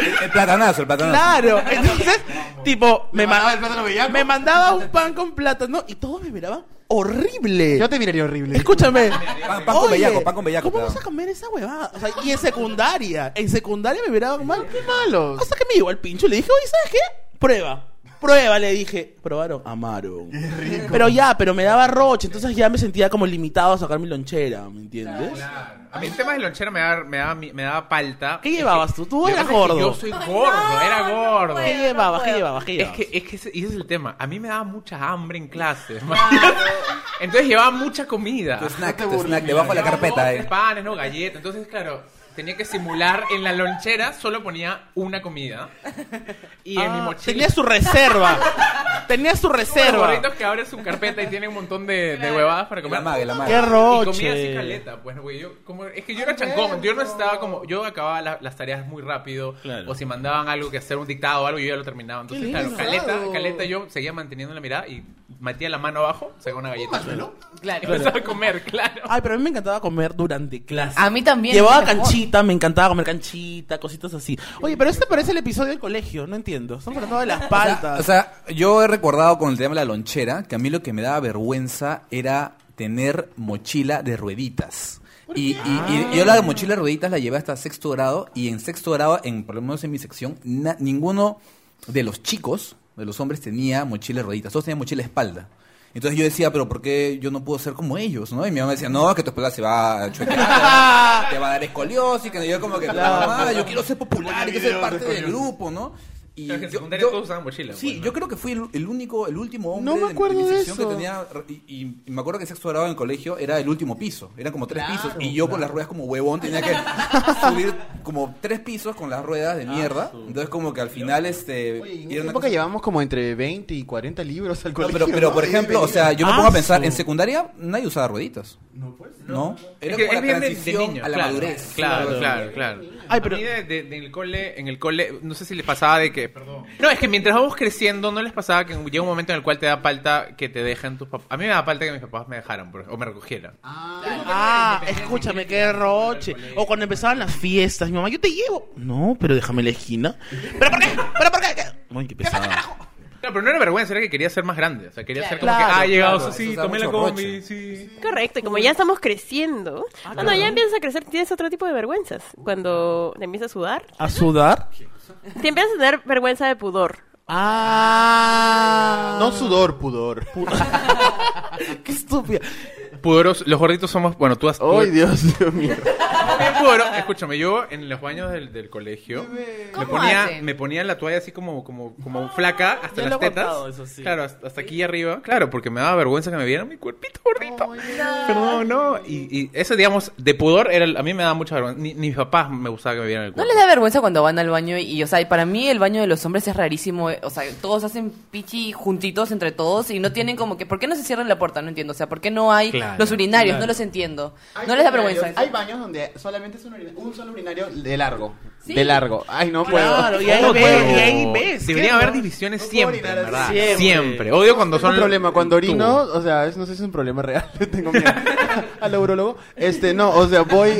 Speaker 6: El platanazo, el platanazo.
Speaker 3: claro. Entonces, tipo, me, ma-
Speaker 2: mandaba el plátano bellaco.
Speaker 3: me mandaba un pan con plátano y todos me miraban horrible.
Speaker 2: Yo te miraría horrible.
Speaker 3: Escúchame.
Speaker 6: Pan- pan con
Speaker 3: Oye,
Speaker 6: bellaco, pan con bellaco,
Speaker 3: ¿Cómo
Speaker 6: claro.
Speaker 3: vas a comer esa huevada? O sea, y en secundaria. En secundaria me miraban mal.
Speaker 2: Qué malos.
Speaker 3: Hasta que me llegó al pincho y le dije, oye, ¿sabes qué? Prueba. prueba, le dije. Probaron, amaron. Pero ya, pero me daba roche, entonces ya me sentía como limitado a sacar mi lonchera, ¿me entiendes?
Speaker 1: A mí el tema del lonchero me daba, me daba, me daba palta.
Speaker 3: ¿Qué llevabas tú? Tú
Speaker 1: Lo que
Speaker 3: eras
Speaker 1: pasa es que
Speaker 3: gordo.
Speaker 1: Yo soy gordo, era gordo.
Speaker 3: ¿Qué llevabas? ¿Qué llevabas? ¿Qué
Speaker 1: Es
Speaker 3: llevabas?
Speaker 1: que, es que ese, y ese es el tema. A mí me daba mucha hambre en clase. man. Entonces llevaba mucha comida.
Speaker 6: Tu snack, tu snack, debajo de la carpeta,
Speaker 1: No,
Speaker 6: eh.
Speaker 1: panes, no galletas. Entonces, claro, tenía que simular en la lonchera, solo ponía una comida. Y en mi
Speaker 3: Ah,
Speaker 1: mochila.
Speaker 3: Tenía su reserva. Tenía su
Speaker 1: Los
Speaker 3: reserva.
Speaker 1: gorritos que abren su carpeta y tienen un montón de, de huevadas para comer.
Speaker 6: La mague, la
Speaker 3: Qué
Speaker 6: mague.
Speaker 1: Y comía así
Speaker 3: roche.
Speaker 1: caleta, pues, güey. Yo, como, es que yo
Speaker 6: Ah,
Speaker 1: era chancón. Yo no estaba como. Yo acababa la- las tareas muy rápido.
Speaker 3: Claro.
Speaker 1: O si mandaban algo que hacer, un dictado o algo, yo ya lo terminaba. Entonces,
Speaker 2: Qué
Speaker 1: claro,
Speaker 2: lindo.
Speaker 1: caleta, caleta, yo seguía manteniendo la mirada y metía la mano abajo, sacaba una galleta.
Speaker 5: Claro.
Speaker 1: Empezaba a comer, claro.
Speaker 3: Ay, pero a mí me encantaba comer durante clase.
Speaker 5: A mí también.
Speaker 3: Llevaba
Speaker 5: mejor.
Speaker 3: canchita, me encantaba comer canchita, cositas así. Oye, pero este parece el episodio del colegio, no entiendo. Estamos hablando de las paltas.
Speaker 6: O sea, yo he recordado con el tema de la lonchera que a mí lo que me daba vergüenza era tener mochila de rueditas. Y, y-
Speaker 1: Ah.
Speaker 6: y yo la mochila de rueditas la llevé hasta sexto grado y en sexto grado, en, por lo menos en mi sección, na- ninguno de los chicos, de los hombres, tenía mochila de rueditas. Todos tenían mochila de espalda. Entonces yo decía, pero ¿por qué yo no puedo ser como ellos? ¿no? Y mi mamá decía, no, que tu espalda se va a chuecar, te va a dar escoliosis, que yo como que, mamá, yo quiero ser popular y que ser parte del grupo, ¿no? Y
Speaker 1: Pero es que en
Speaker 6: yo-
Speaker 1: secundaria
Speaker 6: yo-
Speaker 1: todos usaban mochila. pues,
Speaker 6: Sí, yo creo que fui el, el único, el último hombre
Speaker 2: No me
Speaker 6: de mi-
Speaker 2: acuerdo
Speaker 6: de mi
Speaker 2: de
Speaker 6: sección
Speaker 2: eso.
Speaker 6: que tenía. Y, y- y me acuerdo que sexto grado en el colegio era el último piso. Eran como tres pisos. Y yo con las ruedas como huevón tenía que subir como tres pisos con las ruedas
Speaker 1: Ah,
Speaker 6: de mierda. Entonces, como que al final, este.
Speaker 2: Oye, en
Speaker 6: era
Speaker 2: esa
Speaker 6: una
Speaker 2: época
Speaker 6: cosa-
Speaker 2: llevamos como entre 20 y 40 libros al
Speaker 6: No,
Speaker 2: colegio.
Speaker 6: pero, pero
Speaker 2: ¿no?
Speaker 6: por
Speaker 2: Sí,
Speaker 6: ejemplo, o
Speaker 2: venía.
Speaker 6: sea, yo me pongo a
Speaker 3: Ah,
Speaker 6: pensar,
Speaker 3: su-
Speaker 6: en secundaria nadie usaba rueditas. No, pues. No. Era
Speaker 1: Es que
Speaker 6: como
Speaker 1: es
Speaker 6: la
Speaker 1: bien de- de
Speaker 6: transición
Speaker 1: niño,
Speaker 6: a la
Speaker 1: claro,
Speaker 6: madurez.
Speaker 1: Claro, claro, claro.
Speaker 3: Ay, pero-
Speaker 1: A mí de- de- de- en el cole, en el cole, no sé si les pasaba de que... No, es que mientras vamos creciendo, ¿no les pasaba que llega un momento en el cual te da falta que te dejen tus papás? A mí me da falta que mis papás me dejaran, por ejemplo, o me recogieran.
Speaker 3: Ah, escúchame, qué roche. O cuando empezaban las fiestas, mi mamá, yo te llevo. No, pero déjame en la esquina. ¿Pero por qué? ¿Pero por qué? ¿Qué? Ay, qué pesado.
Speaker 1: Claro, pero no era vergüenza, era que quería ser más grande. O sea, quería ser como
Speaker 3: Claro,
Speaker 1: que, ah, ha llegado,
Speaker 6: claro,
Speaker 1: sí,
Speaker 6: eso da
Speaker 1: tomé la
Speaker 6: mucho
Speaker 1: combi,
Speaker 6: roche.
Speaker 1: sí.
Speaker 4: Correcto, y como ya estamos creciendo, cuando ya empiezas a crecer tienes otro tipo de vergüenzas. Cuando te empiezas a sudar,
Speaker 3: ¿A sudar?
Speaker 4: te empiezas a tener vergüenza de pudor.
Speaker 3: Ah.
Speaker 2: No sudor, pudor.
Speaker 3: Qué estúpida.
Speaker 1: Pudoros, los gorditos somos, bueno, tú has... tú-
Speaker 2: Ay, Dios, Dios mío.
Speaker 1: somos bien pudoros. Escúchame, yo en los baños del, del colegio me
Speaker 5: ¿Cómo
Speaker 1: ponía,
Speaker 5: hacen?
Speaker 1: me ponía la toalla así como, como, como flaca hasta
Speaker 3: ya
Speaker 1: las
Speaker 3: lo he
Speaker 1: tetas.
Speaker 3: contado, eso sí.
Speaker 1: Claro, hasta, hasta aquí arriba. Claro, porque me daba vergüenza que me vieran mi cuerpito gordito. Perdón, no. Y, y eso, digamos, de pudor, era, el- a mí me daba mucha vergüenza. Ni, ni mis papás me gustaba que me vieran el
Speaker 5: ¿No
Speaker 1: cuerpo.
Speaker 5: les da vergüenza cuando van al baño y, y, o sea, y para mí el baño de los hombres es rarísimo, eh, o sea, todos hacen pichi juntitos entre todos y no tienen como que, ¿por qué no se cierran la puerta? No entiendo, o sea, ¿por qué no hay
Speaker 1: Claro,
Speaker 5: los urinarios? No los entiendo. No les da vergüenza.
Speaker 2: Hay baños donde solamente es un, urina- un solo urinario de largo.
Speaker 5: Sí.
Speaker 2: De largo. Ay, no puedo.
Speaker 3: Claro, y ahí
Speaker 1: No
Speaker 3: ves,
Speaker 1: puedo.
Speaker 3: y ahí ves.
Speaker 1: Debería
Speaker 3: ¿qué,
Speaker 1: haber
Speaker 3: no?
Speaker 1: divisiones
Speaker 2: No puedo
Speaker 1: siempre,
Speaker 2: orinar
Speaker 1: en
Speaker 2: así.
Speaker 1: ¿verdad?
Speaker 3: Siempre.
Speaker 1: Siempre. Odio cuando
Speaker 2: Es un
Speaker 1: son...
Speaker 2: problema. Cuando
Speaker 1: tú.
Speaker 2: orino, o sea, es- no sé si es un problema real. Le tengo miedo al urologo. Este, no, o sea, voy.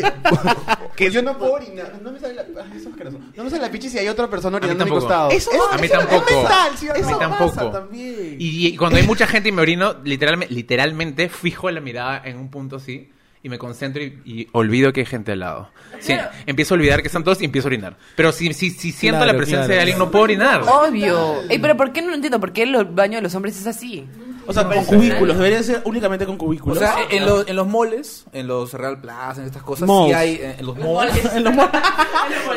Speaker 2: que yo no puedo orinar. No me sale la. ay, eso es asqueroso. No me sale la pichi si hay otra persona
Speaker 1: mí
Speaker 2: orinando a mi
Speaker 1: tampoco.
Speaker 2: costado.
Speaker 3: Eso
Speaker 2: Es-
Speaker 3: no-
Speaker 1: A mí
Speaker 2: eso- es
Speaker 1: tampoco.
Speaker 2: mental, ¿sí o
Speaker 1: A mí
Speaker 2: no?
Speaker 1: tampoco.
Speaker 2: Pasa también.
Speaker 1: Y, y cuando hay mucha gente y me orino, literalmente, literalmente fijo la mirada en un punto así y me concentro y, y olvido que hay gente al lado. Sí, Empiezo a olvidar que están todos y empiezo a orinar. Pero si, si, si siento
Speaker 3: Claro,
Speaker 1: la presencia
Speaker 3: claro.
Speaker 1: de alguien, no puedo orinar.
Speaker 3: Oh,
Speaker 5: Obvio. Ey, pero ¿por qué no lo entiendo? ¿Por qué el baño de los hombres es así?
Speaker 3: O sea, con cubículos, debería ser únicamente con
Speaker 6: O
Speaker 3: cubículos.
Speaker 6: sea, en, los- en los moles, en los Real Plaza, en estas cosas,
Speaker 3: Malls.
Speaker 6: sí hay. eh, En los malls.
Speaker 3: en los moles.
Speaker 6: Oye,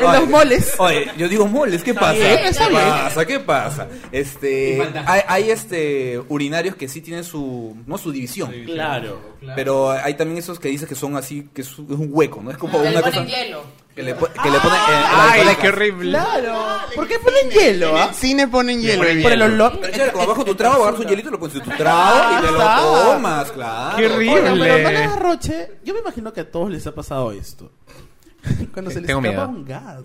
Speaker 3: En los moles.
Speaker 6: Oye, yo digo moles, ¿qué pasa?
Speaker 3: bien, está
Speaker 6: ¿Qué
Speaker 3: bien.
Speaker 6: pasa? ¿Qué pasa? Este, hay, hay, este urinarios que sí tienen su, no su división,
Speaker 3: Claro.
Speaker 6: pero hay también esos que dices que son así, que es un es un hueco, no es
Speaker 3: Ah,
Speaker 6: como una cosa
Speaker 5: hielo.
Speaker 6: que le, po- que le ponen. eh, el alcohol
Speaker 1: Ay,
Speaker 6: acá.
Speaker 1: qué horrible.
Speaker 3: Claro. ¿Por qué ponen hielo,
Speaker 2: En
Speaker 3: ah?
Speaker 2: el cine ponen hielo.
Speaker 1: ponen
Speaker 3: Por el
Speaker 1: hielo.
Speaker 3: olor.
Speaker 6: Pero chévere, como abajo tu trago, agarras un hielito, lo pones en
Speaker 3: Ah,
Speaker 6: tu trago y te
Speaker 3: está.
Speaker 6: lo tomas, claro.
Speaker 1: Qué rico.
Speaker 3: Oigan, pero no
Speaker 1: Horrible.
Speaker 3: les da roche. Yo me imagino que a todos les ha pasado esto. Cuando se les
Speaker 1: Tengo
Speaker 3: escapa
Speaker 1: miedo.
Speaker 3: un gas.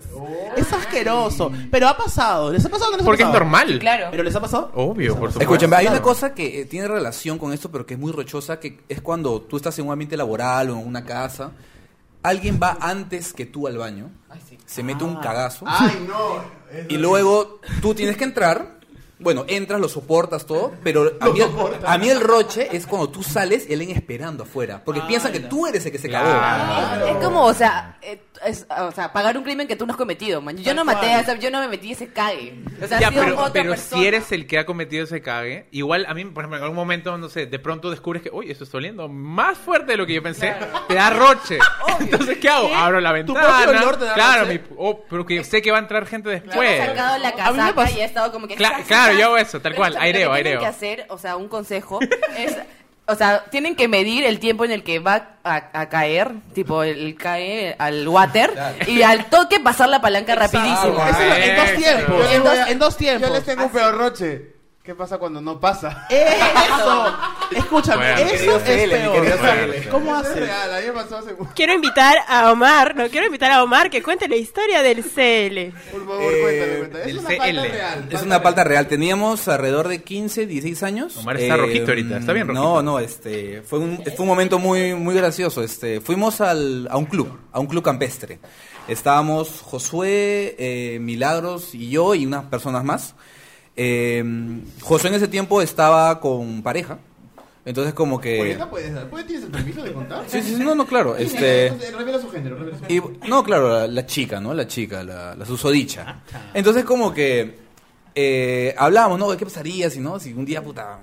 Speaker 3: Es asqueroso. Pero ha pasado. ¿Les ha pasado o no les ha
Speaker 1: Porque es
Speaker 3: pasado?
Speaker 1: normal.
Speaker 5: Claro.
Speaker 3: ¿Pero les ha pasado?
Speaker 1: Obvio, por supuesto.
Speaker 6: Escúchame, hay una
Speaker 3: Claro.
Speaker 6: cosa que eh, tiene relación con esto, pero que es muy rochosa, que es cuando tú estás en un ambiente laboral o en una casa, alguien va antes que tú al
Speaker 2: Ah,
Speaker 6: baño, se mete un cagazo
Speaker 2: Ay, no.
Speaker 6: y luego tú tienes que entrar Bueno, entras, lo soportas todo, pero a, mí, el- a mí el roche es cuando tú sales y alguien esperando afuera. Porque piensan que tú eres el que se cagó.
Speaker 5: Ah, Es como, o sea, eh, es- o sea, pagar un crimen que tú no has cometido, man. Yo no maté a esa, yo no me metí ese cague. O sea,
Speaker 1: Ya,
Speaker 5: ha sido
Speaker 1: pero,
Speaker 5: otra
Speaker 1: pero
Speaker 5: persona.
Speaker 1: si eres el que ha cometido ese cague, igual a mí, por ejemplo, en algún momento, no sé, de pronto descubres que, uy, eso está oliendo más fuerte de lo que yo pensé, te da roche. Entonces, ¿qué hago? Abro la
Speaker 3: ¿Tu
Speaker 1: ventana.
Speaker 3: propio olor te da
Speaker 1: claro,
Speaker 3: roche?
Speaker 1: mi- oh, pero que sé que va a entrar gente
Speaker 5: Yo me he
Speaker 1: después.
Speaker 5: sacado la
Speaker 3: A mí me
Speaker 5: casaca
Speaker 3: pasó-
Speaker 5: y he estado como que...
Speaker 1: Cla-
Speaker 5: "Sas,
Speaker 1: claro,
Speaker 5: sas".
Speaker 1: yo hago eso, tal
Speaker 5: Pero,
Speaker 1: cual,
Speaker 5: escúchame,
Speaker 1: aireo,
Speaker 5: lo que
Speaker 1: aireo.
Speaker 5: Tienen que hacer, o sea, un consejo es... O sea, tienen que medir el tiempo en el que va a, a caer, tipo, el cae al water, y al toque pasar la palanca rapidísimo.
Speaker 2: Eso es lo- en dos
Speaker 1: Eso.
Speaker 2: tiempos.
Speaker 1: Yo
Speaker 2: Yo
Speaker 1: les
Speaker 2: les
Speaker 7: voy
Speaker 2: voy a-
Speaker 7: en dos tiempos.
Speaker 2: Yo les tengo un peor roche. ¿Qué pasa cuando no pasa?
Speaker 3: Ah, ¡Eso! Escúchame,
Speaker 1: Bueno, mi
Speaker 3: eso
Speaker 1: querido
Speaker 3: es
Speaker 6: Cele, mi
Speaker 3: peor.
Speaker 6: querido
Speaker 1: Cele.
Speaker 3: ¿Cómo
Speaker 2: Es
Speaker 3: haces?
Speaker 2: real, a mí me pasó hace... Por
Speaker 4: Quiero invitar a Omar, no quiero invitar a Omar que cuente la historia del CL.
Speaker 2: favor,
Speaker 6: Eh,
Speaker 2: cuéntame, cuéntame. Es
Speaker 1: del
Speaker 2: una falta
Speaker 1: CL.
Speaker 2: real.
Speaker 6: Es una falta real. Teníamos alrededor de 15, 16 años. Em,
Speaker 1: Omar está rojito ahorita, está bien rojito.
Speaker 6: No, no, este, fue un, fue un momento muy, muy gracioso. Este, fuimos al, a un club, a un club campestre. Estábamos Josué, eh, Milagros y yo y unas personas más. Eh, Josué en ese tiempo estaba con pareja. Entonces como
Speaker 2: ¿Por
Speaker 6: que...
Speaker 2: qué no puedes dar? ¿Puedes- ¿Tienes el permiso de contar?
Speaker 6: Eh, Sí, sí, sí, no, no, claro.
Speaker 2: ¿Quién es?
Speaker 6: Este,
Speaker 2: Entonces, Revela su género, revela su género.
Speaker 6: y, no, claro, la, la chica, ¿no? La chica, la, la susodicha. Entonces, como que eh, hablábamos, ¿no? ¿Qué pasaría si, no? Si un día, puta,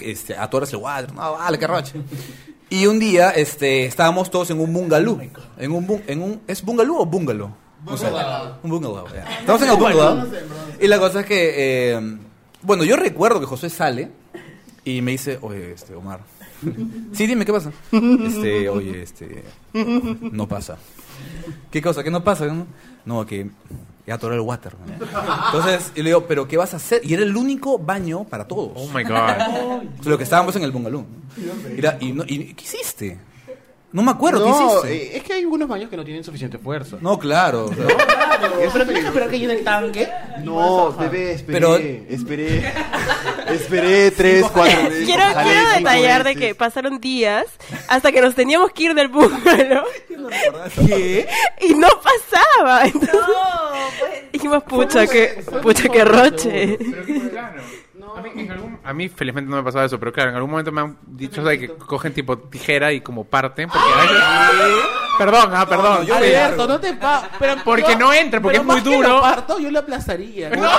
Speaker 6: este, atoras el cuadro, no, vale, qué roche. Y un día, este, estábamos todos en un bungalú. En un, bung- en un, ¿Es bungalú o bungalow? No sé.
Speaker 2: Bungalow.
Speaker 6: Un bungalow, ya. Estamos en el bungalow. Y la cosa es que, eh, bueno, yo recuerdo que José sale y me dice, oye, este, Omar. sí, dime, ¿qué pasa? Este, oye, este, no pasa. ¿Qué cosa? ¿Qué no pasa? No, No, que ya atoró el water. man. Entonces, y le digo, ¿pero qué vas a hacer? Y era el único baño para todos.
Speaker 1: Oh my god.
Speaker 6: Lo que estábamos en el bungalow. Y, era- y no- y- ¿Qué hiciste? No me acuerdo, ¿qué
Speaker 2: No,
Speaker 6: hiciste?
Speaker 2: eh, es que hay unos baños que no tienen suficiente fuerza.
Speaker 6: No, claro. claro.
Speaker 3: Pero tienes que esperar que llene el tanque.
Speaker 2: No, bebé, esperé,
Speaker 6: Pero-
Speaker 2: esperé, esperé tres, cuatro veces.
Speaker 4: Quiero,
Speaker 2: ojalá
Speaker 4: quiero
Speaker 2: cinco
Speaker 4: detallar de que
Speaker 2: veces.
Speaker 4: pasaron días hasta que nos teníamos que ir del bungalow
Speaker 6: ¿Qué?
Speaker 4: y no pasaba. Entonces dijimos, pucha, que, pucha, que roche.
Speaker 1: Pero qué bacano. A, mí, en algún- a mí, felizmente no me ha pasado eso, pero claro, en algún momento me han dicho o sea, que cogen tipo tijera y como parten. Porque a veces- Perdón, ah, perdón.
Speaker 6: no, yo me-
Speaker 3: Alberto, no te pa pero
Speaker 1: Porque no entra, porque
Speaker 3: pero
Speaker 1: es muy
Speaker 3: más que
Speaker 1: duro.
Speaker 3: lo parto, yo lo aplazaría. ¿no?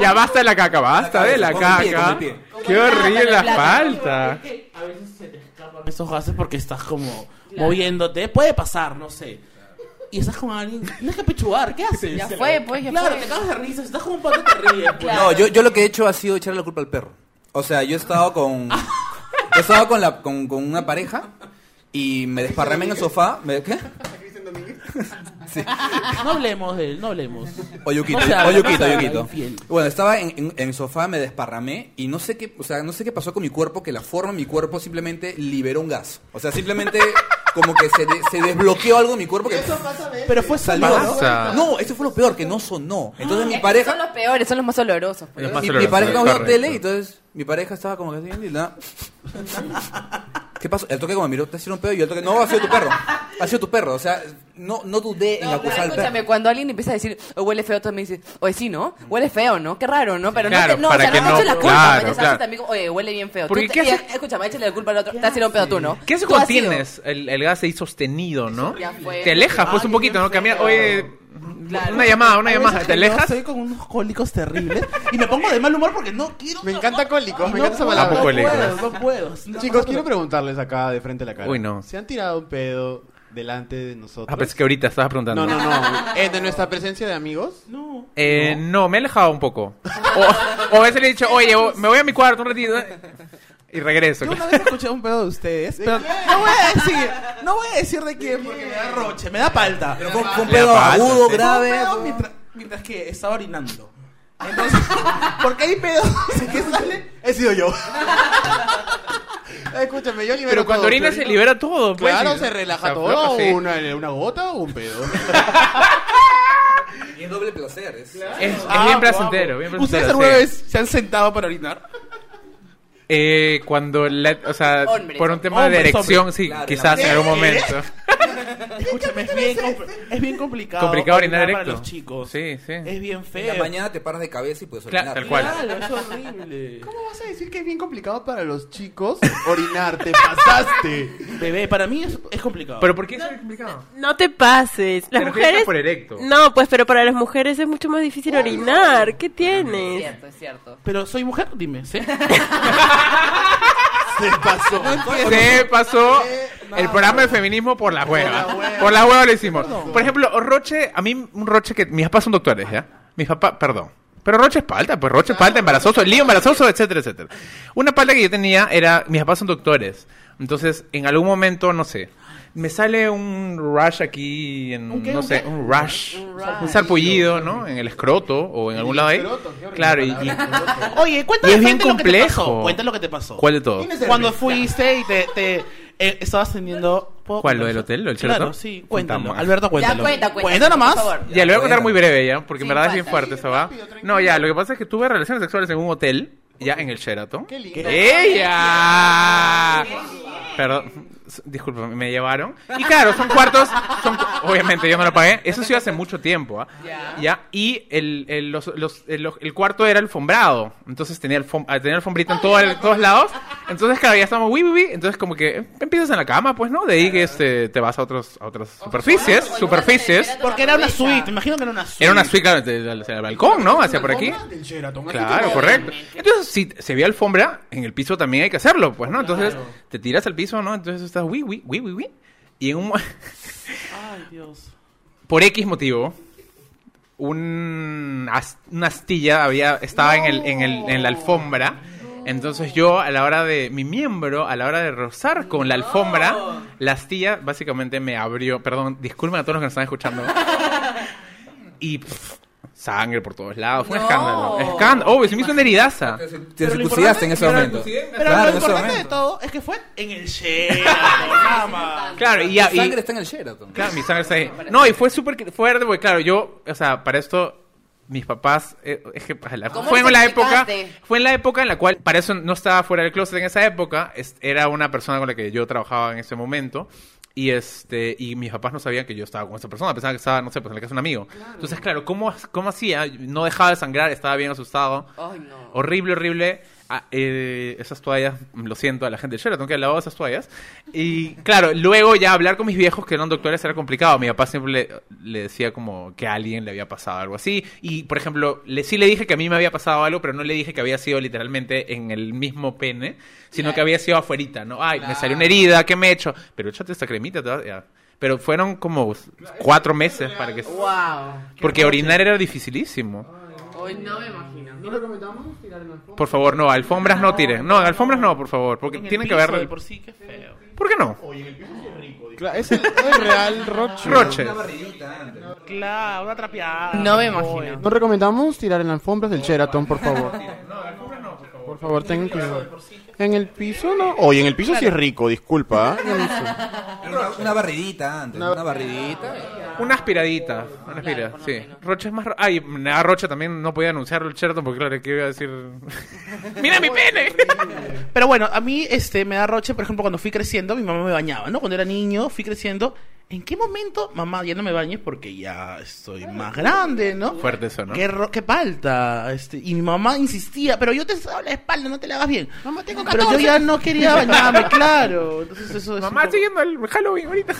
Speaker 1: Ya basta de la caca, basta de la
Speaker 6: Con el pie,
Speaker 1: caca.
Speaker 6: con el pie.
Speaker 1: Qué horrible la falta.
Speaker 3: A veces se te escapan esos gases porque estás como moviéndote. Puede pasar, no sé. Y estás con alguien. Tienes que pechugar, ¿qué haces?
Speaker 5: Ya fue, pues, ya
Speaker 3: claro,
Speaker 5: fue.
Speaker 3: te cagas de risa. Si estás como un pato, te ríes. pues.
Speaker 5: Claro.
Speaker 6: No, yo, yo lo que he hecho ha sido echarle la culpa al perro. O sea, yo he estado con. Yo he estado con, la, con, con una pareja y me desparramé en el sofá. Me, ¿Qué?
Speaker 3: No hablemos de él, no hablemos.
Speaker 6: Oyuquito,
Speaker 3: No se haga, no
Speaker 6: oyuquito,
Speaker 3: se haga,
Speaker 6: oyuquito.
Speaker 3: infiel.
Speaker 6: Bueno, estaba en, en- en el sofá, me desparramé y no sé qué, o sea, no sé qué pasó con mi cuerpo, que la forma de mi cuerpo simplemente liberó un gas. O sea, simplemente como que se, de- se desbloqueó algo en mi cuerpo que
Speaker 3: Pero fue
Speaker 6: salió.
Speaker 3: salido. ¿no?
Speaker 1: Pasa.
Speaker 6: No, eso fue lo peor, que no sonó. Entonces
Speaker 3: Ah,
Speaker 6: mi
Speaker 5: Pareja. Son
Speaker 6: pareja.
Speaker 5: los peores, son los más olorosos. pues.
Speaker 1: Los más
Speaker 6: mi, mi
Speaker 1: olorosos,
Speaker 6: pareja estaba viendo
Speaker 1: correcto.
Speaker 6: tele y entonces mi pareja estaba como que así, y nada. ¿Qué pasó? El toque como me miró, te hicieron pedo y yo el toque, no, ha sido tu perro. Ha sido tu perro, o sea, no, no dudé en
Speaker 5: No, pero
Speaker 6: acusar al perro.
Speaker 5: escúchame, cuando alguien empieza a decir, "Oh, huele feo, tú me dices, oye, sí, ¿no? Huele feo, ¿no? Qué raro, ¿no? Pero
Speaker 1: Claro,
Speaker 5: no, te, no,
Speaker 1: para
Speaker 5: o sea,
Speaker 1: que
Speaker 5: no,
Speaker 1: no,
Speaker 5: te eches la culpa.
Speaker 1: claro,
Speaker 5: pero sabes
Speaker 1: claro.
Speaker 5: también, oye, huele bien feo.
Speaker 1: Porque
Speaker 5: tú te-
Speaker 1: ¿qué
Speaker 5: y-
Speaker 1: hace-
Speaker 5: Escúchame, échale la culpa al otro. Te has tirado un pedo tú, ¿no?
Speaker 1: ¿Qué haces
Speaker 5: Tú
Speaker 1: cuando
Speaker 5: has sido.
Speaker 1: tienes el, el gas ahí sostenido, no?
Speaker 5: Ya fue.
Speaker 1: Te alejas, pues un
Speaker 3: Ay,
Speaker 1: poquito,
Speaker 3: qué
Speaker 1: ¿no? Camina,
Speaker 3: feo.
Speaker 1: oye,
Speaker 5: Claro.
Speaker 1: una llamada, Ah, una
Speaker 3: Hay
Speaker 1: llamada.
Speaker 3: veces
Speaker 1: ¿Te
Speaker 3: que yo
Speaker 1: alejas?
Speaker 3: Soy con unos cólicos terribles y me pongo de mal humor porque no quiero.
Speaker 2: Me encanta cólicos, me encanta esa
Speaker 1: puedo,
Speaker 2: palabra.
Speaker 1: Tampoco el
Speaker 3: puedo, no puedo.
Speaker 2: Chicos, quiero preguntarles acá de frente a la cara.
Speaker 1: Uy, no.
Speaker 2: ¿Se han tirado un pedo delante de
Speaker 1: Ah,
Speaker 2: nosotros?
Speaker 1: pensé que ahorita estabas
Speaker 2: No,
Speaker 1: preguntando.
Speaker 2: no, no. ¿Eh, ¿De nuestra presencia de amigos?
Speaker 3: No.
Speaker 1: Eh, no, me he alejado un poco. O, o a veces le he dicho, oye, o- me voy a mi cuarto un ratito. ¿eh? Y regreso.
Speaker 3: Yo una vez escuché un pedo de ustedes, pero no voy a decir, no voy a decir de quién porque me da roche, me da palta.
Speaker 6: Pero fue, fue un
Speaker 1: Le
Speaker 6: pedo
Speaker 1: apagaste,
Speaker 6: agudo,
Speaker 1: sí.
Speaker 3: Fue un
Speaker 6: grave.
Speaker 3: pedo mientras, mientras que estaba orinando. Entonces, porque hay pedos que salen.
Speaker 2: He sido yo. Escúchame, yo libero
Speaker 1: Pero cuando
Speaker 2: todo,
Speaker 1: orina se
Speaker 2: Florina.
Speaker 1: libera todo, pues.
Speaker 2: Claro,
Speaker 1: Y-
Speaker 2: se relaja
Speaker 1: afloja,
Speaker 2: todo.
Speaker 1: sí.
Speaker 2: Una, una gota o un pedo.
Speaker 6: Y es doble placer. Es...
Speaker 1: Es, es
Speaker 3: Ah,
Speaker 1: bien
Speaker 3: guau.
Speaker 1: placentero, bien placentero.
Speaker 3: ¿Ustedes alguna
Speaker 1: sí.
Speaker 3: vez se han sentado para orinar?
Speaker 1: Eh, cuando, la- o sea,
Speaker 5: Hombres.
Speaker 1: por un tema de
Speaker 3: Hombres,
Speaker 1: erección,
Speaker 3: hombres.
Speaker 1: sí,
Speaker 6: Claro,
Speaker 1: quizás en algún momento.
Speaker 3: Escúchame, es bien, compl- es bien complicado.
Speaker 1: Complicado orinar
Speaker 3: para
Speaker 1: erecto.
Speaker 3: los chicos.
Speaker 1: Sí, sí.
Speaker 3: Es bien feo.
Speaker 6: En la mañana te paras de cabeza y puedes
Speaker 1: Claro, tal
Speaker 6: orinar.
Speaker 1: cual.
Speaker 3: Claro, es horrible.
Speaker 2: ¿Cómo vas a decir que es bien complicado para los chicos orinar? Te pasaste.
Speaker 3: Bebé, para mí es, es complicado.
Speaker 1: ¿Pero por qué eso es complicado?
Speaker 4: No te pases. Las
Speaker 1: Pero fíjate
Speaker 4: mujeres.
Speaker 1: por erecto.
Speaker 4: No, pues, pero para las mujeres es mucho más difícil orinar. ¿Qué
Speaker 5: Es
Speaker 4: tienes?
Speaker 5: cierto, es cierto.
Speaker 3: Pero soy mujer, dime, ¿sí?
Speaker 2: Se pasó.
Speaker 1: Se pasó el programa de feminismo por la hueva. Por la hueva lo hicimos. Por ejemplo, Roche, a mí un Roche que mis papás son doctores, ¿ya? Mis papás, perdón. Pero Roche es palta, pues Roche es palta, embarazoso, lío embarazoso, etcétera, etcétera. Una palta que yo tenía era, mis papás son doctores. Entonces, en algún momento, no sé, me sale un rush aquí, en,
Speaker 3: ¿Un qué,
Speaker 1: no
Speaker 3: un
Speaker 1: sé,
Speaker 3: qué?
Speaker 1: un rush, un sarpullido, ¿no? En el escroto o en algún lado ahí. Claro, y, y-
Speaker 3: Oye, cuéntame,
Speaker 1: Y es bien
Speaker 3: cuéntame lo que te pasó.
Speaker 1: complejo.
Speaker 3: Cuéntame lo que te pasó.
Speaker 1: ¿cuál de todos?
Speaker 3: Cuando fuiste y te, te eh, estabas teniendo... ¿Puedo
Speaker 1: ¿Cuál, lo
Speaker 3: contar?
Speaker 1: del hotel, lo del
Speaker 3: Claro,
Speaker 1: Sheraton?
Speaker 3: sí, cuéntalo.
Speaker 1: Puta madre.
Speaker 3: Alberto,
Speaker 7: Ya
Speaker 3: cuéntalo.
Speaker 7: cuenta, cuenta.
Speaker 3: Cuéntalo más.
Speaker 7: Por favor.
Speaker 1: Ya, lo voy a contar
Speaker 6: Bueno.
Speaker 1: muy breve ya, porque en
Speaker 5: Sí,
Speaker 1: verdad es bien
Speaker 5: cuenta.
Speaker 1: fuerte esta va. No, ya, lo que pasa es que tuve relaciones sexuales en un hotel, ya en el Sheraton.
Speaker 2: Qué lindo.
Speaker 1: ¡Ella! Perdón, s- disculpa, me llevaron. Y claro, son cuartos, son cu- obviamente yo no lo pagué. Eso sí hace mucho tiempo, ¿ah? Ya. Y el, el- los- los- el, los- el cuarto era alfombrado, entonces tenía, alfom ah, tenía alfombrita en todo el- todos lados. Entonces, claro, ya estamos, uy, uy, uy. Entonces, como que eh, empiezas en la cama, pues, ¿no? De ahí que este, te vas a, otros, a otras superficies, superficies.
Speaker 3: Porque era una suite, me imagino que era una suite.
Speaker 1: Era una suite claro, desde el- hacia el balcón, ¿no? Hacia por aquí. Claro, correcto. Entonces, si se ve alfombra, en el piso también hay que hacerlo, pues, ¿no? Entonces, te tiras al piso, ¿no? Entonces estás, uy, uy, uy, uy, uy. Y en un, mo-
Speaker 3: Ay, Dios.
Speaker 1: por X motivo, un, as- una astilla había, estaba en, el, en, el, en la alfombra. Entonces yo, a la hora de, mi miembro, a la hora de rozar con la alfombra, la astilla básicamente me abrió, perdón, disculpen a todos los que nos están escuchando. y pff, sangre por todos lados, fue un
Speaker 5: No.
Speaker 1: escándalo. Escándalo, oh, se me hizo una heridaza.
Speaker 6: Te- Te
Speaker 3: Pero lo
Speaker 6: circuncidaste en ese momento.
Speaker 3: Pero
Speaker 6: Claro,
Speaker 3: lo
Speaker 6: en ese
Speaker 3: importante de
Speaker 6: momento.
Speaker 3: todo es que fue en el Sheraton, Rama.
Speaker 1: Claro, y,
Speaker 6: La
Speaker 1: Ah, y-
Speaker 6: sangre está en el Sheraton.
Speaker 1: Claro, mi sangre está ahí. No, y fue súper fuerte, porque claro, yo, o sea, para esto, mis papás, eh, es que para la-
Speaker 7: ¿Cómo
Speaker 1: fue
Speaker 7: les
Speaker 1: en la época,
Speaker 7: explicaste?
Speaker 1: fue en la época en la cual, para eso no estaba fuera del closet en esa época, es- era una persona con la que yo trabajaba en ese momento. Y este y mis papás no sabían que yo estaba con esa persona, pensaban que estaba, no sé, pues en la casa de un amigo. Entonces, claro, ¿cómo, ¿cómo hacía? No dejaba de sangrar, estaba bien asustado.
Speaker 5: Ay, no.
Speaker 1: Horrible, horrible. Ah, eh, esas toallas, lo siento a la gente del Sheraton que ha lavado esas toallas. Y claro, luego ya hablar con mis viejos que eran doctores era complicado. Mi papá siempre le, le decía como que a alguien le había pasado algo así. Y por ejemplo, le, sí le dije que a mí me había pasado algo, pero no le dije que había sido literalmente en el mismo pene, sino que había sido afuerita, ¿no? Ay, me salió una herida, ¿qué me he hecho? Pero échate esta cremita, te vas- ya. Pero fueron como cuatro meses para que...
Speaker 7: Wow.
Speaker 1: Porque orinar era dificilísimo.
Speaker 5: Hoy no me imagino.
Speaker 2: ¿No recomendamos tirar en
Speaker 1: Por favor, no, alfombras no tiren. No, alfombras no, por favor, porque
Speaker 3: En el
Speaker 1: tiene que
Speaker 3: piso,
Speaker 1: haber...
Speaker 3: de por sí, qué feo.
Speaker 1: ¿Por qué no?
Speaker 2: Claro, es el, el real Roche.
Speaker 1: Roche.
Speaker 3: Claro, una trapeada.
Speaker 5: No
Speaker 3: Oye.
Speaker 5: me imagino.
Speaker 2: No recomendamos tirar en alfombras del Sheraton, por favor. Por favor, tengan cuidado. En el piso no. Oye, en el piso sí es rico, disculpa. ¿ah?
Speaker 6: Una, una barridita antes. Una, barridita.
Speaker 1: Una aspiradita. Una aspirada, sí. Roche es más... ro- Ay, nada, Roche también no podía anunciarlo el Sheraton porque claro, que iba a decir... ¡Mira mi pene!
Speaker 3: Pero bueno, a mí este, me da roche, por ejemplo, cuando fui creciendo, mi mamá me bañaba, ¿no? Cuando era niño, fui creciendo. ¿En qué momento, mamá, ya no me bañes porque ya estoy más grande, ¿no?
Speaker 1: Fuerte eso, ¿no?
Speaker 3: Qué, ro- qué palta. Este, y mi mamá insistía, pero yo te salgo la espalda, no te la hagas bien. Mamá, tengo Pero yo ya no quería bañarme, claro. Entonces eso es
Speaker 1: Mamá,
Speaker 3: un
Speaker 1: estoy yendo al Halloween ahorita.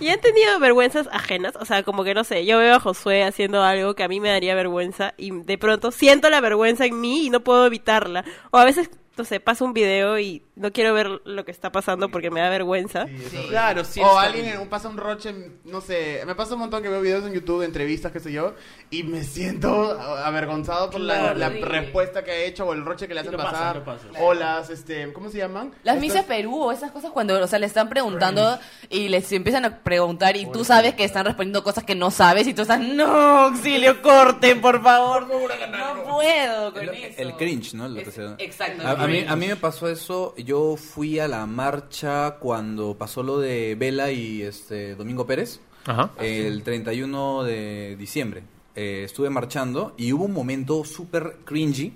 Speaker 4: ¿Y han tenido vergüenzas ajenas? O sea, como que no sé, yo veo a Josué haciendo algo que a mí me daría vergüenza y de pronto siento la vergüenza en mí y no puedo evitarla. O a veces, no sé, paso un video y no quiero ver lo que está pasando porque me da vergüenza.
Speaker 3: poco- Claro, sí.
Speaker 2: O
Speaker 3: es-
Speaker 2: alguien en un- pasa un Roche, no sé. Me pasa un montón que veo videos en YouTube, de entrevistas, qué sé yo. Y me siento a- avergonzado por la,
Speaker 3: Claro.
Speaker 2: la
Speaker 5: Sí.
Speaker 2: respuesta que ha hecho o el Roche que le
Speaker 3: Sí,
Speaker 2: hacen
Speaker 3: lo pasa,
Speaker 2: pasar.
Speaker 3: lo pasa.
Speaker 2: O las, este, ¿cómo se llaman?
Speaker 5: Las
Speaker 2: Estas-
Speaker 5: misas Perú o esas cosas cuando, o sea, le están preguntando y les empiezan a preguntar y tú sabes que están respondiendo cosas que no sabes y tú estás, no, auxilio, corten, por favor. No puedo con
Speaker 6: El,
Speaker 5: eso.
Speaker 6: el cringe, ¿no? Lo que
Speaker 5: Es-
Speaker 6: sea.
Speaker 5: exacto,
Speaker 6: A,
Speaker 5: el
Speaker 6: a mí,
Speaker 5: cringe.
Speaker 6: a mí me pasó eso. Yo fui a la marcha cuando pasó lo de Vela y este Domingo Pérez.
Speaker 1: Ajá.
Speaker 6: El 31 de diciembre eh, estuve marchando y hubo un momento súper cringy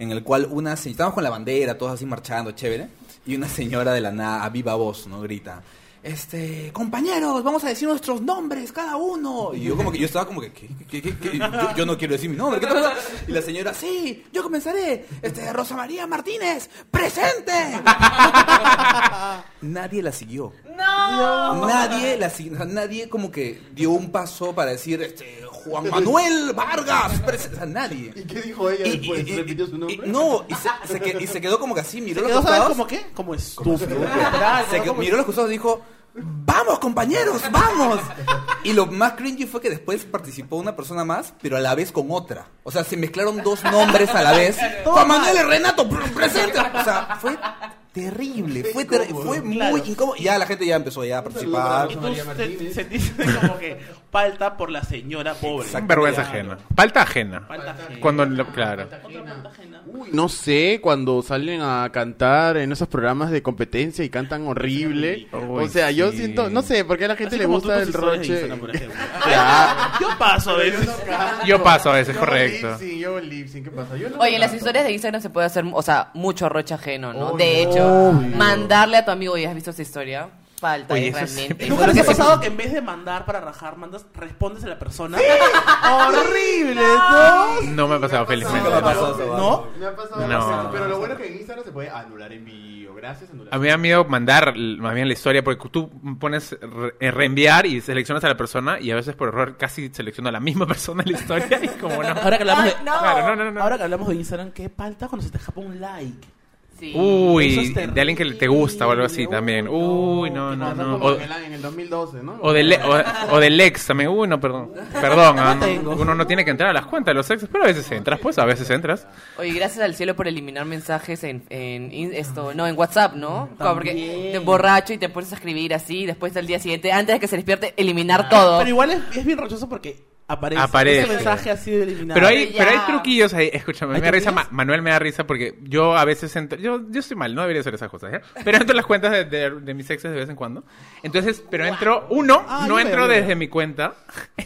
Speaker 6: en el cual una se- estábamos con la bandera, todos así marchando, chévere, y una señora de la nada, a viva voz, ¿no? Grita, este, compañeros, vamos a decir nuestros nombres, cada uno. Y yo como que, yo estaba como que, ¿qué, qué, qué, qué? Yo, yo no quiero decir mi nombre. ¿qué tal? Y la señora, sí, yo comenzaré. Este, Rosa María Martínez, presente. Nadie la siguió. Nadie, la sig- o sea, nadie como que dio un paso para decir, este, Juan Manuel Vargas, presente. O sea, nadie.
Speaker 2: ¿Y qué dijo ella
Speaker 6: Y-
Speaker 2: después?
Speaker 6: y- y-
Speaker 2: ¿Repitió su nombre?
Speaker 6: y- no, y se, se que- y se quedó como que así, miró
Speaker 3: ¿Quedó,
Speaker 6: los
Speaker 3: sabes
Speaker 6: costados.
Speaker 3: como qué? Como estúpido.
Speaker 6: Se quedó- miró los costados y dijo, vamos compañeros, vamos. Y lo más cringy fue que después participó una persona más, pero a la vez con otra. O sea, se mezclaron dos nombres a la vez. Juan Manuel y Renato, pr- presente. O sea, fue terrible, fue, ter- fue muy incómodo. Ya la gente ya empezó ya a participar.
Speaker 3: Y tú se- sentiste como que falta por la señora pobre.
Speaker 1: Vergüenza ajena. Falta ajena.
Speaker 3: Falta ajena.
Speaker 1: Cuando, lo- claro.
Speaker 2: Uy, No sé, cuando salen a cantar en esos programas de competencia y cantan horrible.
Speaker 1: Uy,
Speaker 2: o sea, yo
Speaker 1: sí.
Speaker 2: siento, no sé, ¿por qué a la gente
Speaker 3: Así
Speaker 2: le
Speaker 3: como
Speaker 2: gusta
Speaker 3: tú, tus
Speaker 2: el
Speaker 3: historias de
Speaker 2: roche? Ah.
Speaker 3: Instagram, por ejemplo.
Speaker 2: Claro.
Speaker 3: Yo paso a veces.
Speaker 1: Yo paso a veces, correcto.
Speaker 2: Sí, yo lip-sync, ¿qué pasa? Yo no
Speaker 5: Oye, en las
Speaker 2: canto.
Speaker 5: historias de Instagram se puede hacer, o sea, mucho roche ajeno, ¿no?
Speaker 2: Obvio.
Speaker 5: de hecho,
Speaker 2: Obvio.
Speaker 5: mandarle a tu amigo, ¿y has visto esa historia? Falta,
Speaker 1: Oye,
Speaker 5: es
Speaker 1: eso sí.
Speaker 5: realmente.
Speaker 3: ¿Nunca les ha pasado que en vez de mandar para rajar, mandas, respondes a la persona? ¡Horrible! ¿no?
Speaker 1: No me ha pasado, felizmente.
Speaker 6: Nunca me ha pasado eso,
Speaker 3: ¿No?
Speaker 2: Me ha pasado
Speaker 1: No.
Speaker 2: bastante, pero lo bueno es que en Instagram se puede anular en vivo. Gracias, anular.
Speaker 1: A mí me da miedo mandar l- más bien la historia porque tú pones re- eh, reenviar y seleccionas a la persona y a veces por error casi selecciono a la misma persona en la historia y como no.
Speaker 3: Ahora que hablamos de,
Speaker 5: Ay, Ah, no.
Speaker 1: Claro, no, no, no.
Speaker 3: ahora que hablamos de Instagram, ¿qué falta cuando se te escapa un like?
Speaker 5: Sí.
Speaker 1: Uh,
Speaker 3: Eso
Speaker 1: Uy,
Speaker 3: es terrible.
Speaker 1: de alguien que te gusta o algo así también. Uy, no,
Speaker 2: Que
Speaker 1: no,
Speaker 2: pasó
Speaker 1: no.
Speaker 2: como
Speaker 1: O,
Speaker 2: Melán en el 2012, ¿no?
Speaker 1: o del, e, o, o del ex también. Uy, no, perdón. Perdón, ah, no.
Speaker 3: tengo.
Speaker 1: uno no tiene que entrar a las cuentas de los exes, pero a veces entras, pues a veces entras.
Speaker 5: Oye, gracias al cielo por eliminar mensajes en, en in- esto, no, en WhatsApp, ¿no? Como Porque
Speaker 3: También.
Speaker 5: te borracho y te pones a escribir así, después al día siguiente, antes de que se despierte,
Speaker 2: Ah,
Speaker 5: eliminar todo.
Speaker 3: Pero igual es, es bien rochoso porque aparece.
Speaker 1: Aparece.
Speaker 3: Ese mensaje ha sido eliminado.
Speaker 1: Pero hay,
Speaker 5: Ya.
Speaker 1: pero hay truquillos ahí. Escúchame,
Speaker 3: ¿Hay
Speaker 1: me da risa,
Speaker 3: truquillos?
Speaker 1: Ma- Manuel me da risa porque yo a veces entro. Yo, yo estoy mal, no debería hacer esas cosas, ¿eh? Pero entro en las cuentas de, de- de mis exes de vez en cuando. Entonces, pero entro uno,
Speaker 3: Ah,
Speaker 1: no
Speaker 3: yo
Speaker 1: entro
Speaker 3: veo, veo.
Speaker 1: desde mi cuenta.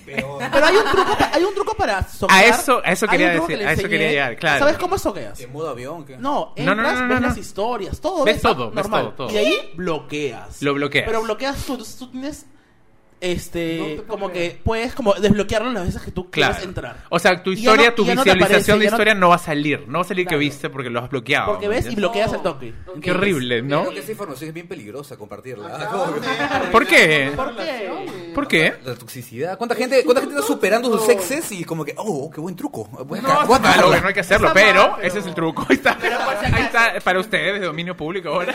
Speaker 3: Pero hay un truco, pa- hay un truco para soquear.
Speaker 1: A eso- a eso
Speaker 3: Hay
Speaker 1: quería
Speaker 3: un truco que
Speaker 1: decir,
Speaker 3: le
Speaker 1: a eso
Speaker 3: enseñé.
Speaker 1: quería llegar, claro.
Speaker 3: ¿Sabes cómo soqueas?
Speaker 6: En modo avión, ¿qué?
Speaker 3: No,
Speaker 1: No, no,
Speaker 3: entras,
Speaker 1: no, no,
Speaker 3: ves
Speaker 1: no.
Speaker 3: las historias, todo
Speaker 1: Ves
Speaker 3: ves,
Speaker 1: todo,
Speaker 3: ah,
Speaker 1: ves
Speaker 3: normal.
Speaker 1: todo, todo.
Speaker 3: Y ahí bloqueas.
Speaker 1: Lo bloqueas.
Speaker 3: Pero bloqueas tú, entonces tú tienes este
Speaker 2: No te
Speaker 3: como
Speaker 2: bloquea.
Speaker 3: que puedes como desbloquearlo las veces que tú
Speaker 1: Claro.
Speaker 3: quieras entrar.
Speaker 1: O sea, tu
Speaker 3: Y ya no-
Speaker 1: historia, tu
Speaker 3: y ya no te
Speaker 1: visualización
Speaker 3: aparece,
Speaker 1: de
Speaker 3: ya no-
Speaker 1: historia no va a salir. No va a salir
Speaker 3: Claro.
Speaker 1: que viste porque lo has bloqueado.
Speaker 3: Porque
Speaker 1: ¿me
Speaker 3: ves y
Speaker 1: entiendes?
Speaker 3: bloqueas el toque.
Speaker 1: Qué horrible, Eh, ¿no?
Speaker 6: Creo que esa información es bien peligrosa compartirla.
Speaker 1: ¿Por qué?
Speaker 3: ¿Por qué?
Speaker 1: ¿Por qué?
Speaker 6: La toxicidad. ¿Cuánta gente, ¿Cuánta gente está superando sus exes y como que, oh, qué buen truco? Voy a
Speaker 1: No,
Speaker 6: ca-
Speaker 1: está
Speaker 6: voy
Speaker 1: mal,
Speaker 6: a
Speaker 3: ¿eh?
Speaker 6: cagarla.
Speaker 1: obvio, no hay que hacerlo, pero ese es el truco. Ahí está, ahí está para ustedes de dominio público ahora.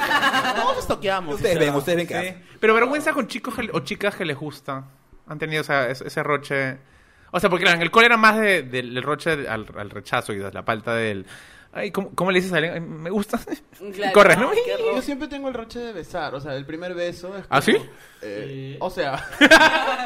Speaker 3: No nos toqueamos.
Speaker 6: Ustedes
Speaker 3: o sea.
Speaker 6: ven, ustedes ven que
Speaker 1: Sí. Pero vergüenza con chicos que- o chicas que les gusta. Han tenido o sea, es- ese roche. O sea, porque claro, en el cole era más de- del del roche al, al rechazo, quizás, la falta del. Ay, ¿cómo, cómo le dices a alguien? Ay, Me gusta.
Speaker 5: Claro.
Speaker 1: Y corres, ¿no?
Speaker 5: Ay, qué
Speaker 2: Yo siempre tengo el roche de besar, o sea, el primer beso es
Speaker 1: ¿Ah,
Speaker 2: como,
Speaker 1: sí?
Speaker 2: eh, O sea,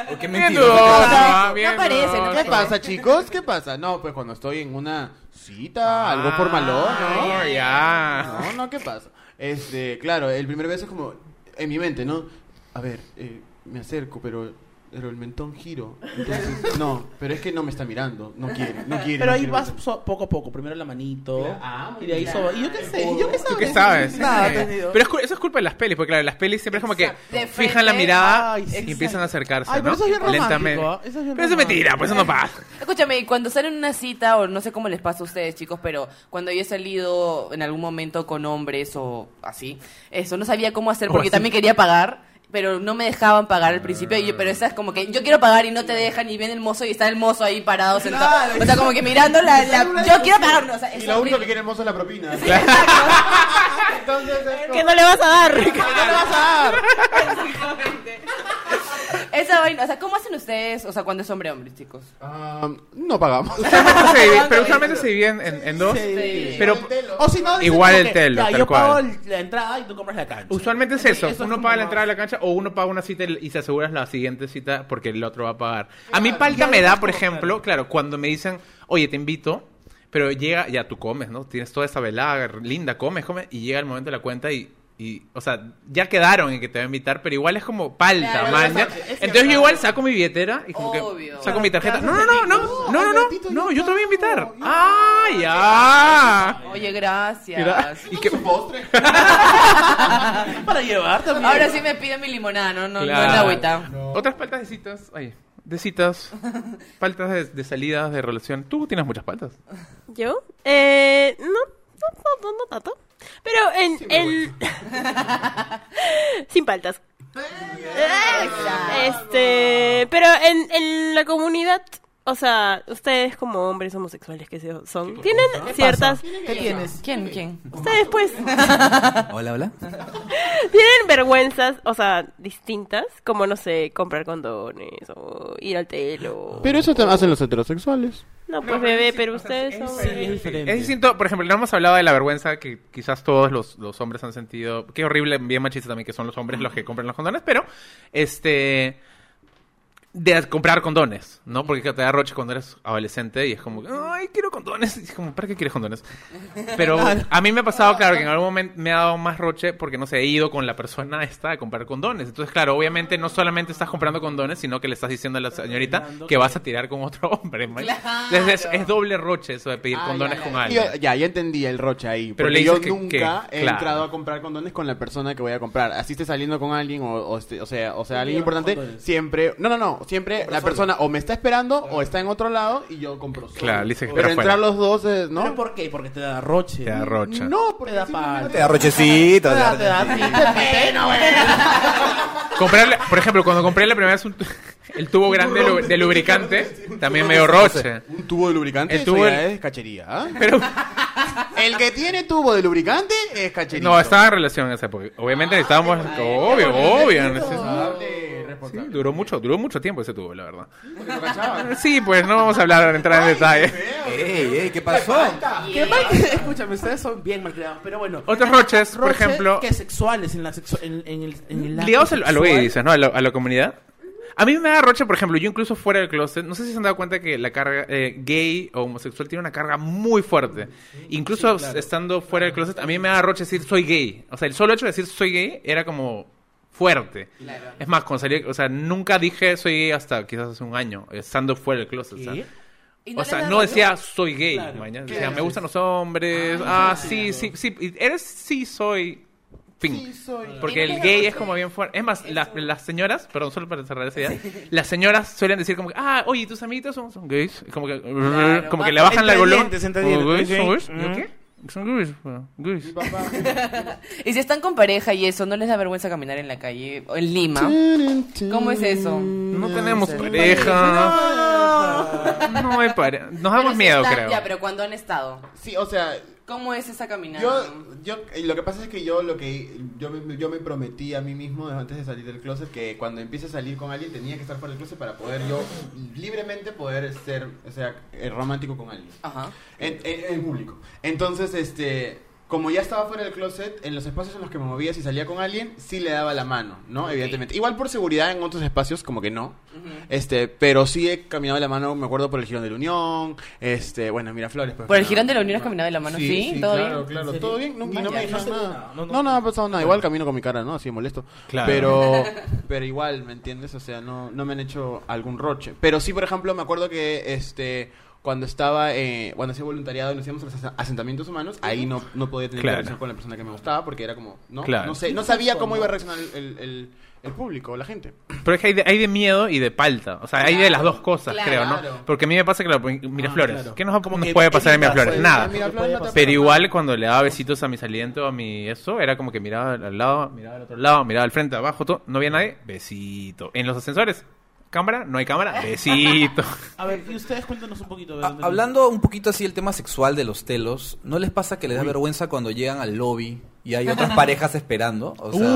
Speaker 6: Porque es
Speaker 1: Bien
Speaker 6: mentiroso.
Speaker 1: dudoso,
Speaker 5: No,
Speaker 1: bien
Speaker 5: no parece, no
Speaker 1: dudoso.
Speaker 2: ¿qué pasa, chicos? ¿Qué pasa? No, pues cuando estoy en una cita, algo formalón, ¿no?
Speaker 1: Ah, ya.
Speaker 2: No, no, ¿qué pasa? Este, claro, el primer beso es como en mi mente, ¿no? A ver, eh, me acerco, pero, pero el mentón giro. Entonces, no, pero es que no me está mirando, no quiere, no quiere.
Speaker 3: Pero
Speaker 2: no
Speaker 3: ahí
Speaker 2: quiere
Speaker 3: vas
Speaker 2: besar.
Speaker 3: so- poco a poco, primero la manito
Speaker 2: Ah, muy
Speaker 3: y de ahí
Speaker 2: bien.
Speaker 3: soba. Y yo qué sé, y yo qué sé.
Speaker 1: ¿Tú qué sabes?
Speaker 3: Nada,
Speaker 1: Sí.
Speaker 3: entendido.
Speaker 1: Pero es cu- eso es culpa de las pelis, porque claro, las pelis siempre es como que
Speaker 5: De frente.
Speaker 1: fijan la mirada
Speaker 3: Ay,
Speaker 1: y
Speaker 3: sí, exacto.
Speaker 1: empiezan a acercarse,
Speaker 3: Ay, pero
Speaker 1: ¿no?
Speaker 3: eso es bien romántico,
Speaker 1: Lentamente.
Speaker 3: ¿ah? Eso es
Speaker 1: pero eso
Speaker 3: bien
Speaker 1: es
Speaker 3: romántico.
Speaker 1: mentira, pues eso no pasa.
Speaker 5: Escúchame, y cuando salen una cita, o no sé cómo les pasa a ustedes, chicos, pero cuando yo he salido en algún momento con hombres o así, eso no sabía cómo hacer
Speaker 2: Oh,
Speaker 1: O
Speaker 5: porque
Speaker 1: así.
Speaker 5: también quería pagar, pero no me dejaban pagar al principio. Y, pero esa es como que yo quiero pagar y no te dejan, y viene el mozo y está el mozo ahí parado, sentado. o sea, como que mirando la. la- yo quiero pagar, no, o sea, es
Speaker 2: Y lo único
Speaker 5: horrible.
Speaker 2: que quiere el mozo es la propina. Entonces es
Speaker 4: Que no le vas a dar.
Speaker 5: Esa vaina, o sea, ¿cómo hacen ustedes, o sea, cuando es hombre-hombre, chicos?
Speaker 2: Ah, no pagamos.
Speaker 1: Usualmente se divide- pero usualmente se dividen en, en dos.
Speaker 3: Sí.
Speaker 1: Pero
Speaker 3: O si no, dicen
Speaker 1: Igual
Speaker 3: como
Speaker 1: el
Speaker 3: que,
Speaker 1: telo,
Speaker 3: ya,
Speaker 1: tal
Speaker 3: yo pago
Speaker 1: cual.
Speaker 3: el- la entrada y tú compras la cancha.
Speaker 1: Usualmente es eso. uno
Speaker 3: como
Speaker 1: paga
Speaker 3: más.
Speaker 1: la entrada de la cancha o uno paga una cita y y se aseguras la siguiente cita porque el otro va a pagar. A mí palta me da, por ejemplo, claro, cuando me dicen, oye, te invito, pero llega, ya tú comes, ¿no? Tienes toda esa velada linda, comes, comes, y llega el momento de la cuenta y... y, o sea, ya quedaron en que te va a invitar, pero igual es como palta,
Speaker 5: Claro,
Speaker 1: man,
Speaker 5: es
Speaker 1: ya.
Speaker 5: parte, es
Speaker 1: Entonces yo igual saco mi billetera y como
Speaker 5: Obvio.
Speaker 1: que saco mi tarjeta. No, no, no, no, no, no, no, yo te voy a invitar. Ah, ¡Ah, ya!
Speaker 5: Oye, gracias.
Speaker 1: Mira, ¿Y qué?
Speaker 3: Para llevar también.
Speaker 5: Ahora sí me piden mi limonada, no, no, no
Speaker 1: Claro.
Speaker 5: es la agüita.
Speaker 1: Otras paltas de citas. Ay, de citas. Paltas de, de salidas, de relación. Tú tienes muchas paltas.
Speaker 4: ¿Yo? Eh, no, no, no, no, no tanto. Pero en... en... Sin paltas. Este, pero en, en la comunidad, o sea, ustedes como hombres homosexuales que se- son, tienen ciertas...
Speaker 7: ¿Qué tienes?
Speaker 5: ¿Quién? ¿Quién?
Speaker 4: Ustedes pues
Speaker 6: Hola, hola.
Speaker 4: tienen vergüenzas, o sea, distintas, como no sé, comprar condones o ir al telo.
Speaker 2: Pero eso te hacen los heterosexuales.
Speaker 4: No, pues bebé, pero ustedes son...
Speaker 3: es diferente.
Speaker 1: Es distinto, por ejemplo, no hemos hablado de la vergüenza que quizás todos los, los hombres han sentido. Qué horrible, bien machista también que son los hombres los que compran los condones, pero este de comprar condones, ¿no? Porque te da roche cuando eres adolescente y es como, ay, quiero condones. Y es como, ¿para qué quieres condones? Pero a mí me ha pasado, claro, que en algún momento me ha dado más roche porque, no sé, he ido con la persona esta a comprar condones. Entonces, claro, obviamente no solamente estás comprando condones, sino que le estás diciendo a la señorita que vas a tirar con otro hombre. man. Entonces, es, es doble roche eso de pedir condones con
Speaker 2: Yo-
Speaker 1: alguien.
Speaker 2: Ah, ya, ya entendí el roche ahí.
Speaker 1: Pero
Speaker 2: Pero
Speaker 1: le
Speaker 2: yo
Speaker 1: dices que-
Speaker 2: nunca
Speaker 1: que-
Speaker 2: he
Speaker 1: claro.
Speaker 2: entrado a comprar condones con la persona que voy a comprar. Así esté saliendo con alguien o, o, esté- o sea, o sea, alguien importante, siempre... No, no, no. Siempre la persona o me está esperando o está en otro lado y yo compro solo.
Speaker 1: Claro, le dices que
Speaker 2: Pero
Speaker 1: espera
Speaker 2: entrar los dos, es- ¿no?
Speaker 3: ¿Pero por qué? Porque te da roche.
Speaker 1: Te da roche.
Speaker 2: No, porque
Speaker 3: Te da
Speaker 2: simplemente-
Speaker 6: Te da rochecito. te da-
Speaker 3: Te da pena,
Speaker 1: Comprarle, por ejemplo, cuando compré la primera vez un tu- el tubo grande lu- de lubricante, también medio roche.
Speaker 2: Un tubo de lubricante,
Speaker 1: El
Speaker 2: eso
Speaker 1: tubo
Speaker 2: ya
Speaker 1: de-
Speaker 2: es cachería. ¿ah?
Speaker 1: Pero
Speaker 2: El que tiene tubo de lubricante es cachería.
Speaker 1: no, estaba en relación en esa época. Obviamente necesitábamos... Obvio, obvio. necesitaba- Sí, duró mucho, duró mucho tiempo ese tubo, la verdad. Sí, pues no vamos a hablar, entrar en detalle.
Speaker 6: Ey, ey, ¿qué pasó?
Speaker 3: Qué mal que- Escúchame, ustedes son bien malcriados, pero bueno.
Speaker 1: Otros roches, por
Speaker 3: Roches
Speaker 1: ejemplo,
Speaker 3: que sexuales en la sexu- en, en el en el acto
Speaker 1: ligados a lo- a lo
Speaker 3: sexual.
Speaker 1: gay, dices, ¿no? A, lo- a la comunidad. A mí me da roche, por ejemplo, yo incluso fuera del closet, no sé si se han dado cuenta que la carga eh, gay o homosexual tiene una carga muy fuerte. Incluso estando fuera del closet, a mí me da roche decir soy gay. O sea, el solo hecho de decir soy gay era como fuerte. Es más, cuando salí, o sea, nunca dije soy gay hasta quizás hace un año, estando fuera del closet. o sea.
Speaker 3: ¿Y?
Speaker 5: ¿Y
Speaker 1: O
Speaker 5: le
Speaker 1: sea,
Speaker 5: das
Speaker 1: no
Speaker 5: rollo?
Speaker 1: decía soy gay,
Speaker 3: Claro.
Speaker 1: mañana. Decía, me gustan los hombres. Ah, sí, sí, sí. Y Eres sí soy. Fin. Porque el gay es como bien fuerte. Es más, las, las señoras, perdón, solo para cerrar esa idea, las señoras suelen decir como que, ah, oye, tus amiguitos son, son gays. Y Como que, como que le bajan la
Speaker 3: Entre
Speaker 1: volumen.
Speaker 3: dientes, entre
Speaker 1: Como,
Speaker 3: dientes,
Speaker 1: "Gays, son
Speaker 3: gays".
Speaker 5: Mm.
Speaker 1: gays". ¿Yo qué? Son gays, bueno, gays.
Speaker 5: Y si están con pareja y eso, ¿no les da vergüenza caminar en la calle o en Lima? ¿Cómo es eso?
Speaker 1: No tenemos pareja. No hay pareja. Nos
Speaker 5: Pero
Speaker 1: damos
Speaker 5: si
Speaker 1: miedo,
Speaker 5: están-
Speaker 1: creo.
Speaker 5: Ya, pero cuando han estado.
Speaker 2: Sí, o sea,
Speaker 5: ¿Cómo es esa caminada?
Speaker 2: Yo, yo, eh, lo que pasa es que yo lo que yo me, yo me prometí a mí mismo antes de salir del closet que cuando empiece a salir con alguien tenía que estar fuera del closet para poder yo libremente poder ser, o sea, eh, romántico con alguien.
Speaker 5: Ajá.
Speaker 2: En, en- en público. Entonces, este, como ya estaba fuera del closet, en los espacios en los que me movía, si salía con alguien, sí le daba la mano, ¿no? Evidentemente. Igual por seguridad en otros espacios, como que no. Este, pero sí he caminado de la mano, me acuerdo, por el Girón de la Unión, este, bueno, mira Flores.
Speaker 5: Por el girón de la Unión has caminado de la mano, ¿sí? ¿Todo
Speaker 2: claro,
Speaker 5: bien?
Speaker 2: claro, todo bien, nunca- y no
Speaker 3: Vaya,
Speaker 2: me
Speaker 3: no
Speaker 2: dijeron
Speaker 3: se-
Speaker 2: nada.
Speaker 3: no,
Speaker 2: No,
Speaker 3: no.
Speaker 2: no, ha pasado nada, igual camino con mi cara, ¿no? Así molesto.
Speaker 1: Claro.
Speaker 2: Pero, pero igual, ¿me entiendes? O sea, no, no me han hecho algún roche. Pero sí, por ejemplo, me acuerdo que este cuando estaba, eh, cuando hacía voluntariado y nos íbamos a los asa- asentamientos humanos, ahí no, no podía tener
Speaker 1: Claro.
Speaker 2: relación con la persona que me gustaba porque era como, no,
Speaker 1: Claro.
Speaker 2: no sé, no sabía cómo iba a reaccionar el, el, el- el público, la gente.
Speaker 1: Pero es que hay de, hay de miedo y de palta. O sea, hay de las dos cosas,
Speaker 5: claro.
Speaker 1: creo, ¿no? Porque a mí me pasa que, claro, en Miraflores.
Speaker 3: Ah, claro.
Speaker 1: ¿Qué nos,
Speaker 3: Como
Speaker 1: nos
Speaker 3: que
Speaker 1: puede pasar en
Speaker 3: evitas,
Speaker 1: Miraflores?
Speaker 3: eh,
Speaker 1: Nada.
Speaker 3: mira,
Speaker 2: Miraflores no te
Speaker 1: Pero
Speaker 2: pasa
Speaker 1: igual cuando le daba besitos a mi saliento, a mi eso, era como que miraba al lado, miraba al otro lado, miraba al frente, abajo, todo. No había nadie, besito. En los ascensores, cámara, no hay cámara, besito.
Speaker 3: A ver, y ustedes cuéntanos un poquito. a ver,
Speaker 6: Ha-
Speaker 3: dónde-
Speaker 6: Hablando un poquito así del tema sexual de los telos, ¿no les pasa que les da vergüenza cuando llegan al lobby y hay otras parejas esperando? O sea,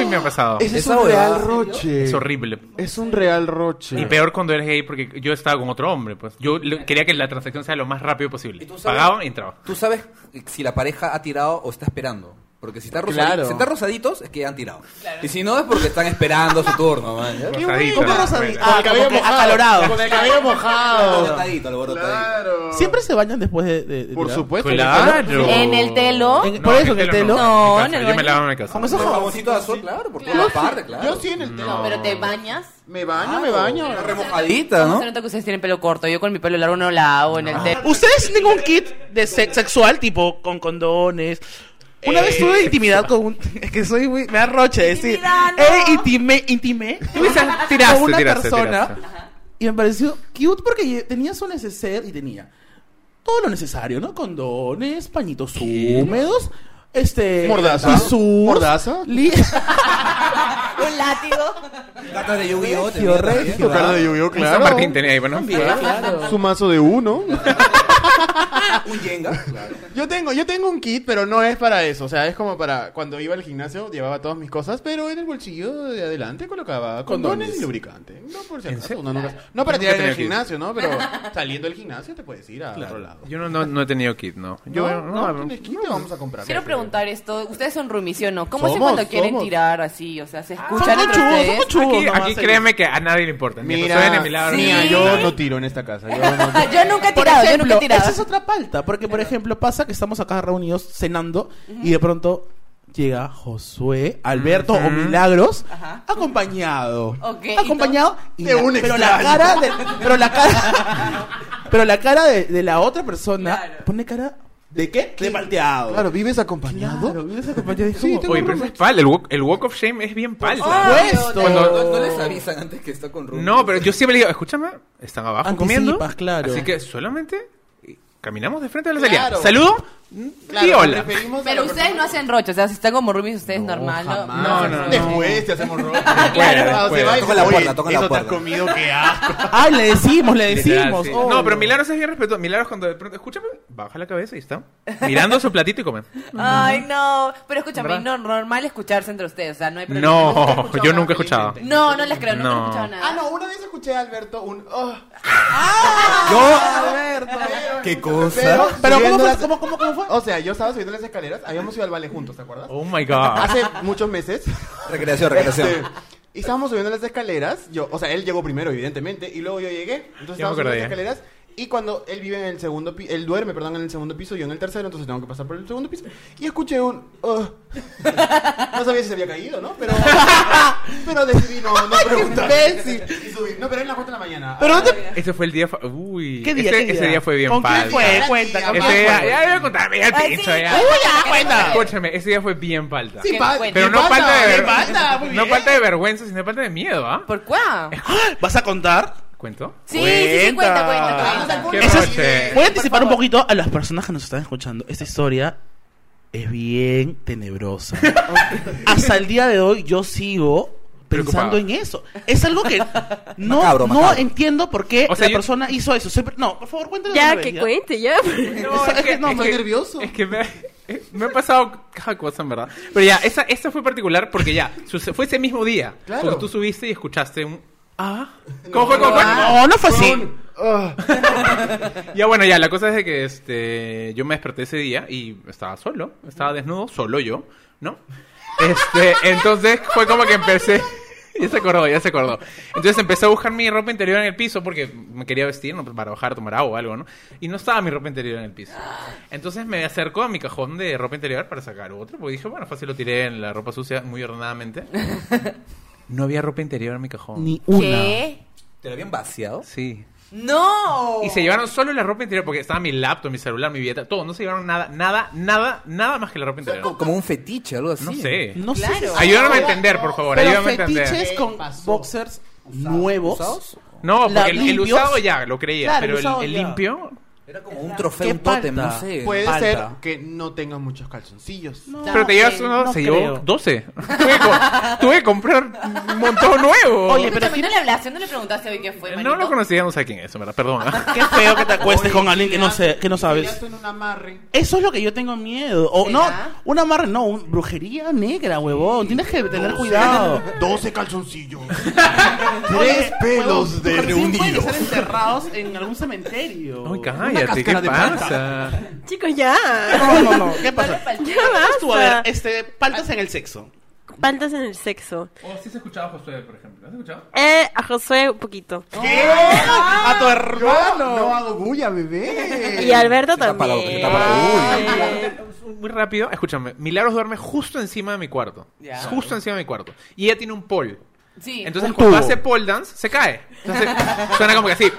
Speaker 1: Uy, me ha pasado.
Speaker 2: Ese es
Speaker 6: Esa
Speaker 2: un
Speaker 6: huevada,
Speaker 2: real roche.
Speaker 1: Es horrible.
Speaker 2: Es un real roche.
Speaker 1: Y peor cuando eres gay porque yo estaba con otro hombre, pues. Yo le- quería que la transacción sea lo más rápido posible.
Speaker 6: ¿Y tú sabes?
Speaker 1: Pagaban y entraba.
Speaker 6: tú sabes si la pareja ha tirado o está esperando. Porque si está, rosadi-
Speaker 2: Claro.
Speaker 6: si está rosaditos, es que ya han tirado. Y si no, es porque están esperando su turno, man. ¿ya?
Speaker 1: Rosadito,
Speaker 3: ¿Cómo
Speaker 1: ¿no?
Speaker 5: Ah,
Speaker 3: rosadito?
Speaker 1: Bueno.
Speaker 3: Ah, como que acalorado.
Speaker 2: Con el cabello mojado.
Speaker 6: Alborotadito, alborotadito.
Speaker 2: Claro.
Speaker 3: Siempre se bañan después de. de- de
Speaker 2: Por
Speaker 3: tirar.
Speaker 2: supuesto.
Speaker 1: Claro.
Speaker 5: En el telo.
Speaker 3: En- por eso, en el telo.
Speaker 5: No,
Speaker 1: en
Speaker 5: en
Speaker 1: mi
Speaker 5: el
Speaker 1: casa, Yo me
Speaker 5: baño.
Speaker 1: lavo en el casa.
Speaker 3: Con esos jabones.
Speaker 6: jaboncito azul, claro, por
Speaker 5: Claro.
Speaker 6: todas partes, claro.
Speaker 2: Yo sí en el telo.
Speaker 5: No, pero te Ah, bañas.
Speaker 2: Me baño, me baño.
Speaker 6: Una remojadita, ¿no?
Speaker 5: Se nota que ustedes tienen pelo corto. Yo con mi pelo largo no lavo
Speaker 1: Ah.
Speaker 5: en el telo.
Speaker 3: ¿Ustedes tienen un kit de se- sexual, tipo con condones? Una vez tuve intimidad con un... Eh, Es que soy muy... Me da roche decir...
Speaker 7: Intimidad, no.
Speaker 3: Eh, intimé, intimé.
Speaker 1: tiraste,
Speaker 3: con una
Speaker 1: tiraste,
Speaker 3: persona.
Speaker 1: tiraste.
Speaker 3: Y me pareció cute porque lle- tenía su neceser y tenía todo lo necesario, ¿no? Condones, pañitos húmedos, este...
Speaker 2: Mordaza.
Speaker 3: tisús,
Speaker 2: Mordaza.
Speaker 3: li-
Speaker 7: Un látigo.
Speaker 6: Cartas de Yu-Gi-Oh! te ¿eh?
Speaker 3: Regio,
Speaker 6: mira también.
Speaker 3: regio.
Speaker 2: Tu cara de lluvia,
Speaker 1: Un San
Speaker 2: claro.
Speaker 1: Martín tenía ahí, bueno.
Speaker 2: Su mazo de uno.
Speaker 6: Un Jenga. Claro.
Speaker 2: Yo tengo, yo tengo un kit, pero no es para eso. O sea, es como para cuando iba al gimnasio, llevaba todas mis cosas, pero en el bolsillo de adelante colocaba condones,
Speaker 3: Condones.
Speaker 2: y lubricante. No por si
Speaker 1: ¿En
Speaker 2: acaso,
Speaker 1: serio?
Speaker 2: uno nunca- No para
Speaker 1: Yo nunca
Speaker 2: tirar en
Speaker 1: tenía
Speaker 2: el
Speaker 1: kit.
Speaker 2: gimnasio, ¿no? Pero saliendo del gimnasio te puedes ir a otro lado.
Speaker 1: Yo no, no, no he tenido kit, no. Yo,
Speaker 2: no, no,
Speaker 1: no,
Speaker 2: tienes kit, te vamos a comprar.
Speaker 5: Quiero preguntar esto. ¿Ustedes son roomies, sí o no? ¿Cómo se
Speaker 2: Somos,
Speaker 5: cuando quieren
Speaker 2: somos.
Speaker 5: tirar así? O sea, ¿se
Speaker 3: Son
Speaker 5: escuchan entre
Speaker 3: conchudos, son
Speaker 5: ustedes?
Speaker 3: conchudos
Speaker 1: aquí,
Speaker 3: nomás,
Speaker 1: aquí
Speaker 3: ellos.
Speaker 1: créeme que a nadie le importa. Ni a Josué, ni a Milagro, ni a-
Speaker 2: mira,
Speaker 5: sí.
Speaker 2: yo no tiro en esta casa. Yo no tiro.
Speaker 5: yo nunca he
Speaker 3: Por
Speaker 5: tirado, yo nunca
Speaker 3: ejemplo,
Speaker 5: he tirado.
Speaker 3: esa es otra falta. Porque, por ejemplo, pasa que estamos acá reunidos cenando y de pronto llega Josué, Alberto o Milagros acompañado.
Speaker 5: Ok, ¿y
Speaker 3: acompañado y
Speaker 2: De
Speaker 3: la-
Speaker 2: un
Speaker 3: pero la
Speaker 2: extraño.
Speaker 3: cara de, pero la cara pero la cara de, de la otra persona
Speaker 5: Claro.
Speaker 3: pone cara de qué? De malteado.
Speaker 2: Claro, ¿vives
Speaker 3: Claro,
Speaker 2: acompañado?
Speaker 3: vienes acompañado y es
Speaker 2: Sí,
Speaker 3: como,
Speaker 2: tengo
Speaker 1: Oye, pero
Speaker 2: roommates.
Speaker 1: es pal, el walk, el walk of shame es bien pal.
Speaker 3: supuesto.
Speaker 6: No, no les avisan antes que está con Rubio.
Speaker 1: No, pero yo siempre le digo, escúchame, están abajo
Speaker 3: Anticipas,
Speaker 1: comiendo.
Speaker 3: claro.
Speaker 1: Así que solamente eh, caminamos de frente a la salida.
Speaker 2: Claro.
Speaker 1: Saludo
Speaker 2: Claro,
Speaker 1: y hola.
Speaker 2: preferimos a
Speaker 5: Pero
Speaker 2: la
Speaker 5: ustedes no hacen roche. O sea, si están como roomies, ustedes normal, ¿no?
Speaker 2: Jamás.
Speaker 1: No, no, no.
Speaker 2: Después te hacemos ropa.
Speaker 1: Claro.
Speaker 2: Ah, se
Speaker 1: Después.
Speaker 2: va y
Speaker 6: Toca
Speaker 2: dice,
Speaker 6: la puerta,
Speaker 2: "Oye,
Speaker 6: toca
Speaker 2: eso
Speaker 6: la
Speaker 2: te has
Speaker 6: puerta".
Speaker 2: comido, qué asco.
Speaker 3: Ay, Ah, le decimos, le
Speaker 1: Literal,
Speaker 3: decimos.
Speaker 1: sí.
Speaker 3: oh.
Speaker 1: No, pero Milagros es bien respetuoso. Milagros cuando de pronto, escúchame, baja la cabeza y está mirando su platito y come.
Speaker 5: Ay, no. Pero escúchame,
Speaker 1: ¿Verdad?
Speaker 5: no, normal escucharse entre ustedes. O sea, no hay problema. Nunca he
Speaker 1: No,
Speaker 5: escuchado
Speaker 1: yo
Speaker 5: nada.
Speaker 1: nunca he escuchado.
Speaker 5: No, no les creo, nunca he
Speaker 1: No.
Speaker 5: escuchado
Speaker 2: Ah,
Speaker 5: nada.
Speaker 2: no, una vez escuché a Alberto un... "Oh,
Speaker 5: eh.
Speaker 6: Yo. ¿Qué cosa?
Speaker 3: Pero ¿cómo
Speaker 2: Subiendo
Speaker 3: fue,
Speaker 2: las-
Speaker 3: ¿Cómo- cómo- cómo fue?
Speaker 2: O sea, yo estaba subiendo las escaleras, habíamos ido al vale juntos, ¿te acuerdas?
Speaker 1: Oh my god.
Speaker 2: Hace muchos meses.
Speaker 6: Recreación, recreación.
Speaker 2: este, y estábamos subiendo las escaleras. Yo, o sea, él llegó primero, evidentemente, y luego yo llegué. Entonces
Speaker 1: Ya me
Speaker 2: estábamos subiendo
Speaker 1: acordé.
Speaker 2: las escaleras. Y cuando él vive en el segundo piso, él duerme, perdón, en el segundo piso, yo en el tercero, entonces tengo que pasar por el segundo piso. Y escuché un. "Ugh". No sabía si se había caído, ¿no? Pero. Pero decidí no, no preguntar. Y subí. No, pero en las 4 de la mañana.
Speaker 3: Pero no te-
Speaker 1: Ese fue el día. fa- Uy.
Speaker 3: ¿Qué día?
Speaker 1: ese,
Speaker 3: qué
Speaker 1: ese día fue bien
Speaker 3: ¿Con
Speaker 1: pal.
Speaker 3: quién fue?
Speaker 2: Ahora
Speaker 3: Cuenta,
Speaker 2: sí,
Speaker 3: capaz.
Speaker 1: Ese día, ya voy a contar, mira el
Speaker 5: Ah, sí.
Speaker 1: pincho ya.
Speaker 5: Uy,
Speaker 3: ya, cuenta.
Speaker 1: Escúchame, ese día fue bien palta.
Speaker 2: Sí,
Speaker 5: que
Speaker 2: pa-
Speaker 5: cuente.
Speaker 1: Pero
Speaker 2: sí
Speaker 1: no
Speaker 2: pasa,
Speaker 1: falta de
Speaker 2: sí
Speaker 1: ver-
Speaker 2: pasa, muy
Speaker 1: No
Speaker 2: bien.
Speaker 1: falta de vergüenza, sino falta de miedo, ¿ah?
Speaker 5: ¿Por qué?
Speaker 3: ¿Vas a contar?
Speaker 1: ¿Cuento?
Speaker 5: Sí, sí, sí, cuenta,
Speaker 3: Cuenta.
Speaker 5: cuenta,
Speaker 1: Qué
Speaker 5: cuenta.
Speaker 3: Eso es-
Speaker 6: Eh,
Speaker 1: roche.
Speaker 3: Voy a anticipar un poquito a las personas que nos están escuchando. Esta historia es bien tenebrosa. Hasta el día de hoy yo sigo pensando
Speaker 1: Preocupado.
Speaker 3: en eso. Es algo que no,
Speaker 6: Macabro,
Speaker 3: no
Speaker 6: macabro.
Speaker 3: entiendo por qué
Speaker 1: O sea,
Speaker 3: la
Speaker 1: yo-
Speaker 3: persona hizo eso. Siempre- No, por favor, cuéntanos.
Speaker 4: Ya,
Speaker 3: la
Speaker 4: que
Speaker 3: realidad.
Speaker 4: cuente, ya.
Speaker 1: No, es que,
Speaker 3: No,
Speaker 1: es
Speaker 2: estoy
Speaker 1: que-
Speaker 2: nervioso.
Speaker 1: Es que me, eh, me ha pasado cada cosa, en verdad. Pero ya, esa, esa fue particular porque ya, su- fue ese mismo día.
Speaker 2: Claro.
Speaker 1: Porque tú subiste y escuchaste un... Ah. ¿Cómo fue? ¿Cómo fue?
Speaker 3: No, no fue así.
Speaker 2: Ugh.
Speaker 3: Ah,
Speaker 1: Ya, bueno, ya, la cosa es de que este, yo me desperté ese día y estaba solo. Estaba desnudo, solo yo, ¿no? Este, entonces fue como que empecé... Ya se acordó, ya se acordó. Entonces empecé a buscar mi ropa interior en el piso porque me quería vestir ¿no? para bajar, tomar agua o algo, ¿no? Y no estaba mi ropa interior en el piso. Entonces me acerco a mi cajón de ropa interior para sacar otro, porque dije, bueno, fácil lo tiré en la ropa sucia muy ordenadamente. No había ropa interior en mi cajón.
Speaker 3: Ni una.
Speaker 5: ¿Qué?
Speaker 6: ¿Te lo habían vaciado?
Speaker 1: Sí.
Speaker 5: No.
Speaker 1: Y se llevaron solo la ropa interior porque estaba mi laptop, mi celular, mi billete, todo. No se llevaron nada, nada, nada, nada más que la ropa interior.
Speaker 6: Como un fetiche, algo así.
Speaker 1: No sé.
Speaker 3: No sé.
Speaker 5: Claro.
Speaker 1: Ayúdame a entender, por favor.
Speaker 3: Pero
Speaker 1: Ayúdame a entender.
Speaker 3: fetiches con boxers nuevos.
Speaker 6: ¿Usados?
Speaker 1: No, porque el, el
Speaker 3: limpios.
Speaker 1: usado ya lo creía,
Speaker 3: Claro,
Speaker 1: pero
Speaker 3: el
Speaker 1: el,
Speaker 3: usado
Speaker 1: el
Speaker 3: ya.
Speaker 1: limpio.
Speaker 6: Era como un trofeo,
Speaker 3: ¿Qué
Speaker 6: un tótem,
Speaker 3: falta?
Speaker 6: no sé.
Speaker 2: Puede
Speaker 3: Falta.
Speaker 2: ser que no tengan muchos calzoncillos.
Speaker 3: No.
Speaker 1: Pero te llevas uno,
Speaker 3: no
Speaker 1: se
Speaker 3: creo.
Speaker 1: llevó 12. Tuve que, co- tuve que comprar un montón nuevo.
Speaker 3: Oye,
Speaker 5: Pero
Speaker 3: pero
Speaker 5: no le hablaste, no le preguntaste hoy qué fue,
Speaker 1: no
Speaker 5: manito?
Speaker 1: lo conocía, no sé quién es, en ¿verdad? Perdón. ¿ah?
Speaker 3: qué feo que te acuestes con alguien que no, sé, que no sabes.
Speaker 2: en un amarre.
Speaker 3: Eso es lo que yo tengo miedo. O no,
Speaker 5: ¿Será?
Speaker 3: una amarre, no, un- brujería negra, huevón. Tienes que tener cuidado.
Speaker 2: 12 calzoncillos.
Speaker 3: Oye,
Speaker 2: Tres pelos
Speaker 3: huevón,
Speaker 2: de
Speaker 3: tus calcetines pueden
Speaker 2: reunidos.
Speaker 3: estar enterrados en algún cementerio.
Speaker 1: Ay,
Speaker 2: Una
Speaker 1: cállate, ¿qué
Speaker 2: cáscara de
Speaker 1: pasa?
Speaker 4: Chicos, ya.
Speaker 3: No, no, no. ¿Qué
Speaker 5: No le
Speaker 3: pasa?
Speaker 5: falté.
Speaker 3: ¿Qué
Speaker 4: basta.
Speaker 3: tú? A ver, este, paltas en el sexo.
Speaker 4: espantas en el sexo.
Speaker 1: O si se escuchaba Josué, por ejemplo. ¿Has escuchado?
Speaker 4: Eh, a Josué un poquito.
Speaker 2: ¡A tu
Speaker 3: er-.
Speaker 2: hermano! No hago bulla, bebé.
Speaker 4: Y Alberto
Speaker 6: Está para-
Speaker 4: también.
Speaker 6: está para-
Speaker 4: Eh,
Speaker 1: Muy rápido, escúchame. Milagros duerme justo encima de mi cuarto.
Speaker 5: Ya.
Speaker 1: Justo encima de mi cuarto. Y ella tiene un pole.
Speaker 5: Sí.
Speaker 1: Entonces,
Speaker 2: un
Speaker 1: cuando
Speaker 2: tubo.
Speaker 1: hace pole dance, se cae. Entonces, suena como que así.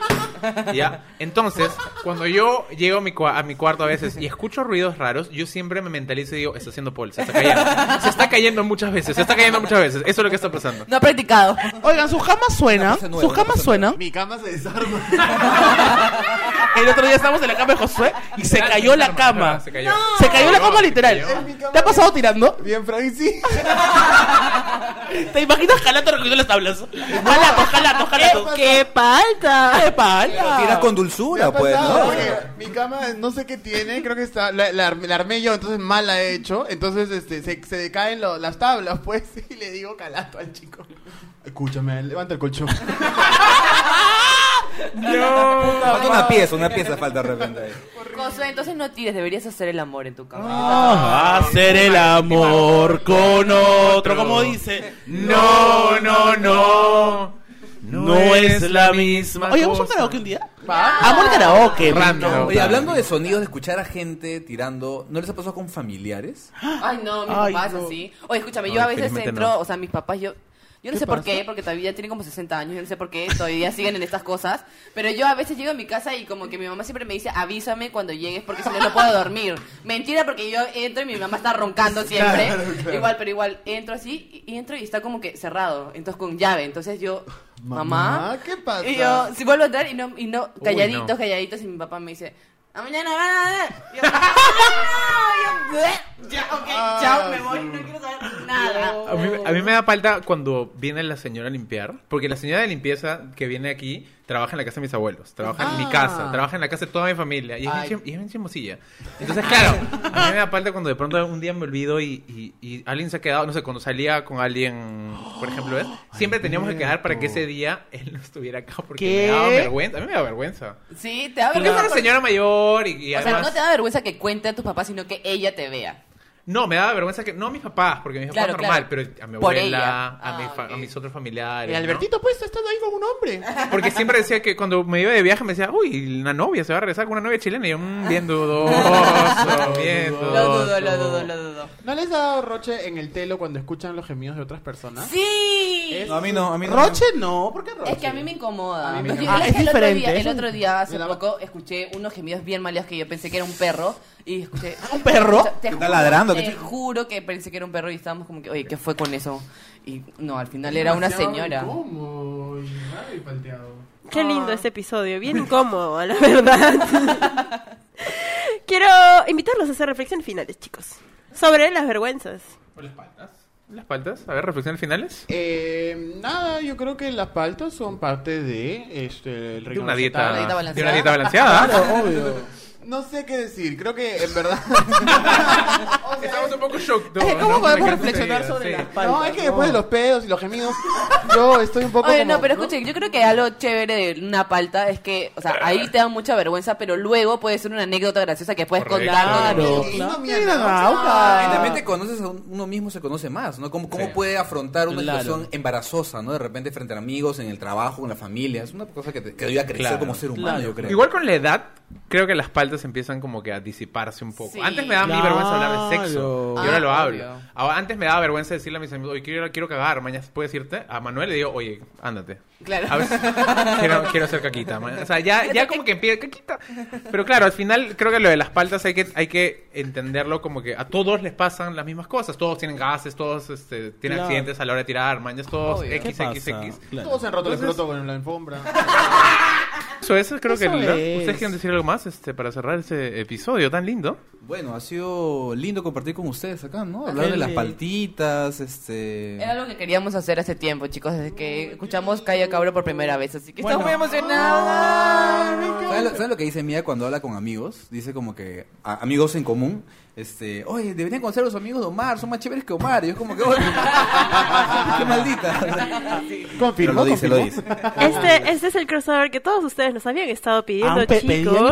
Speaker 1: ¿Ya? Entonces, cuando yo llego a mi, cua- a mi cuarto a veces y escucho ruidos raros, yo siempre me mentalizo y digo, está haciendo pole, se está cayendo. Se está cayendo muchas veces, se está cayendo muchas veces. Eso es lo que está pasando.
Speaker 5: No ha practicado.
Speaker 3: Oigan, sus camas suenan.
Speaker 6: Una cosa nueva,
Speaker 3: Sus
Speaker 6: una
Speaker 3: camas
Speaker 6: cosa
Speaker 3: suenan.
Speaker 2: Mi cama se desarma.
Speaker 3: El otro día estábamos en la cama de Josué y se cayó la cama.
Speaker 1: Se cayó.
Speaker 3: Se cayó
Speaker 2: Ah,
Speaker 3: la cama
Speaker 1: Se cayó.
Speaker 3: literal. ¿Te ha pasado tirando?
Speaker 2: Bien, Frank, sí.
Speaker 3: ¿Te imaginas jalando recogiendo las tablas? Jalato, jalato, jalato.
Speaker 4: ¡Qué palta!
Speaker 3: ¡Qué
Speaker 6: Tira
Speaker 3: pala!
Speaker 2: Me
Speaker 6: con
Speaker 2: ha
Speaker 6: dulzura, pues,
Speaker 2: pasado,
Speaker 6: ¿no?
Speaker 2: porque Mi cama no sé qué tiene, creo que está la, la- la armé yo, entonces mal la he hecho, entonces este se, se decaen lo- las tablas, pues, y le digo calato al chico. Escúchame, levanta el colchón.
Speaker 6: Falta una pieza, una pieza falta de repente ahí.
Speaker 5: Josué, entonces no tires, deberías hacer el amor en tu cama.
Speaker 3: Va a ser el amor con otro, como dice.
Speaker 1: No, no, no.
Speaker 3: No es la misma. Oye, ¿vamos a un
Speaker 1: cosa.
Speaker 3: karaoke un día? Vamos al karaoke. me
Speaker 1: Random.
Speaker 3: encanta.
Speaker 6: Oye, hablando de sonidos, de escuchar a gente tirando, ¿no les ha pasado con familiares?
Speaker 5: Ay, no, mis
Speaker 3: Ay,
Speaker 5: papás
Speaker 3: no.
Speaker 5: así. Oye, escúchame,
Speaker 1: No,
Speaker 5: yo a veces
Speaker 1: felizmente
Speaker 5: entro,
Speaker 1: no.
Speaker 5: o sea, mis papás, yo. Yo no sé por qué, porque todavía tienen como 60 años, yo no sé por qué, todavía siguen en estas cosas. Pero yo a veces llego a mi casa y como que mi mamá siempre me dice, avísame cuando llegues porque si no, no puedo dormir. Mentira, porque yo entro y mi mamá está roncando siempre. Igual, pero igual, entro así, y y entro y está como que cerrado, entonces con llave. Entonces yo, mamá,
Speaker 2: Mamá, ¿qué pasa?
Speaker 5: Y yo, si vuelvo a entrar y no, y no calladitos,
Speaker 1: no.
Speaker 5: calladitos, y mi papá me dice, a mañana van a ver. Yo, "No", yo, "Bleh". ya, ok,
Speaker 2: Ah,
Speaker 5: chao, me voy, no quiero saber nada.
Speaker 1: A mí, a mí me da falta cuando viene la señora a limpiar, porque la señora de limpieza que viene aquí trabaja en la casa de mis abuelos, trabaja en
Speaker 3: Ah.
Speaker 1: mi casa, trabaja en la casa de toda mi familia, y es, bien, chim- y es bien chismosilla. Entonces, claro, a mí me da falta cuando de pronto un día me olvido y, y- y alguien se ha quedado, no sé, cuando salía con alguien, por ejemplo, ¿ves? Siempre teníamos que quedar para que ese día él no estuviera acá, porque
Speaker 3: ¿Qué?
Speaker 1: me daba vergüenza, a mí me da vergüenza.
Speaker 5: Sí, te da
Speaker 1: Porque es
Speaker 5: vergüenza.
Speaker 1: una señora mayor y, y
Speaker 5: O
Speaker 1: además...
Speaker 5: sea, no te da vergüenza que cuente a tus papás, sino que ella te vea.
Speaker 1: No, me daba vergüenza que. No a mis papás, porque mis papás
Speaker 5: Claro,
Speaker 1: normal,
Speaker 5: claro.
Speaker 1: pero a mi
Speaker 5: Por
Speaker 1: abuela,
Speaker 5: ella.
Speaker 1: a, mi
Speaker 5: Ah,
Speaker 1: fa-
Speaker 5: ok.
Speaker 1: a mis otros familiares.
Speaker 2: El
Speaker 1: ¿no?
Speaker 2: Albertito, pues, está ahí con un hombre.
Speaker 1: Porque siempre decía que cuando me iba de viaje me decía, uy, una novia se va a regresar con una novia chilena. Y yo, "Mm, bien dudoso, bien dudoso.
Speaker 5: Lo dudo, lo dudo, lo dudo.
Speaker 2: ¿No les ha dado roche en el telo cuando escuchan los gemidos de otras personas?
Speaker 5: Sí.
Speaker 6: No, a mí no, a mí no.
Speaker 2: ¿Roche? No, ¿por qué roche?
Speaker 5: Es que a mí me incomoda.
Speaker 2: A mí me
Speaker 5: Yo-
Speaker 2: incomoda.
Speaker 5: yo-
Speaker 2: Ah,
Speaker 5: es
Speaker 2: es
Speaker 5: que el otro
Speaker 2: diferente,
Speaker 5: día,
Speaker 2: es
Speaker 5: el
Speaker 2: un-
Speaker 5: otro día hace
Speaker 2: Me la-
Speaker 5: poco escuché unos gemidos bien malos que yo pensé que era un perro y escuché
Speaker 3: ¿Un perro?
Speaker 5: Te
Speaker 6: Está
Speaker 5: juro,
Speaker 6: ladrando,
Speaker 5: Te
Speaker 6: ¿qué te-
Speaker 5: juro que pensé que era un perro y estábamos como que, oye, ¿qué fue con eso? Y no, al final era una señora.
Speaker 2: ¿Cómo? Ay, palteado.
Speaker 4: Qué
Speaker 1: Ah.
Speaker 4: lindo este episodio, bien incómodo, la verdad. Quiero invitarlos a hacer reflexiones finales, chicos, sobre las vergüenzas.
Speaker 1: ¿O las paltas? ¿Las paltas? A ver, reflexiones finales.
Speaker 2: Eh, nada, yo creo que las paltas son parte de este, el
Speaker 1: De
Speaker 2: reino
Speaker 1: una
Speaker 2: vegetal.
Speaker 1: dieta,
Speaker 5: balanceada.
Speaker 1: de una dieta balanceada.
Speaker 2: Claro, obvio. No sé qué decir, creo que en verdad. O sea,
Speaker 1: Estamos un poco shock.
Speaker 2: ¿cómo podemos
Speaker 1: reflexionar sobre las
Speaker 2: no, es que después de los pedos y los gemidos, yo estoy un poco.
Speaker 5: Oye,
Speaker 2: como,
Speaker 5: no, pero escuche, yo creo que algo chévere de una palta es que, o sea, ahí te da mucha vergüenza, pero luego puede ser una anécdota graciosa que puedes
Speaker 1: Correcto.
Speaker 5: contar.
Speaker 2: Claro,
Speaker 3: Claro.
Speaker 2: claro.
Speaker 6: Y también te conoces, a un- uno mismo se conoce más, ¿no? ¿Cómo, cómo
Speaker 1: Sí.
Speaker 6: puede afrontar una
Speaker 3: Claro.
Speaker 6: situación embarazosa, ¿no? De repente frente a amigos, en el trabajo, con la familia. Es una cosa que te que ayuda a crecer
Speaker 1: Claro.
Speaker 6: como ser humano,
Speaker 3: Claro.
Speaker 6: yo creo.
Speaker 1: Igual con la edad, creo que las paltas empiezan como que a disiparse un poco.
Speaker 5: Sí.
Speaker 1: Antes me daba mi vergüenza hablar de sexo.
Speaker 3: Claro.
Speaker 1: Y ahora
Speaker 5: Ah,
Speaker 1: lo hablo.
Speaker 5: obvio.
Speaker 1: Ahora- Antes me daba vergüenza decirle a mis amigos, oye, quiero, quiero cagar, mañana puedes irte. A Manuel le digo, oye, ándate.
Speaker 5: Claro.
Speaker 1: A veces, quiero, quiero hacer caquita. ma- O sea, ya, ya como que empieza caquita. Pero claro, al final creo que lo de las paltas hay que, hay que entenderlo como que a todos les pasan las mismas cosas. Todos tienen gases, todos este, tienen
Speaker 3: Claro.
Speaker 1: accidentes a la hora de tirar, mañas, todos
Speaker 5: Obvio.
Speaker 3: ¿Qué
Speaker 1: X, X,
Speaker 3: pasa?
Speaker 1: X.
Speaker 3: Claro.
Speaker 2: Todos se han roto el escroto con la alfombra.
Speaker 1: Eso, eso creo que
Speaker 3: Eso
Speaker 1: lindo.
Speaker 3: es.
Speaker 1: ¿Ustedes quieren decir algo más este, para cerrar este episodio tan lindo?
Speaker 6: Bueno, ha sido lindo compartir con ustedes acá, ¿no? Hablar de
Speaker 3: Sí.
Speaker 6: las paltitas, este...
Speaker 5: Era algo que queríamos hacer hace tiempo, chicos, desde que escuchamos Calla Cabra por primera vez, así que
Speaker 3: Bueno.
Speaker 5: estamos muy emocionadas.
Speaker 6: ¿Sabes lo, sabes lo que dice Mía cuando habla con amigos? Dice como que a- amigos en común, este, oye, deberían conocer a los amigos de Omar, son más chéveres que Omar. Y yo es como que, oye, qué maldita. Pero
Speaker 2: Confirmo,
Speaker 6: lo dice, lo
Speaker 2: confirmo.
Speaker 6: dice.
Speaker 4: Este, este es el crossover que todos ustedes nos habían estado pidiendo,
Speaker 3: Ah, pe- pedían
Speaker 4: chicos.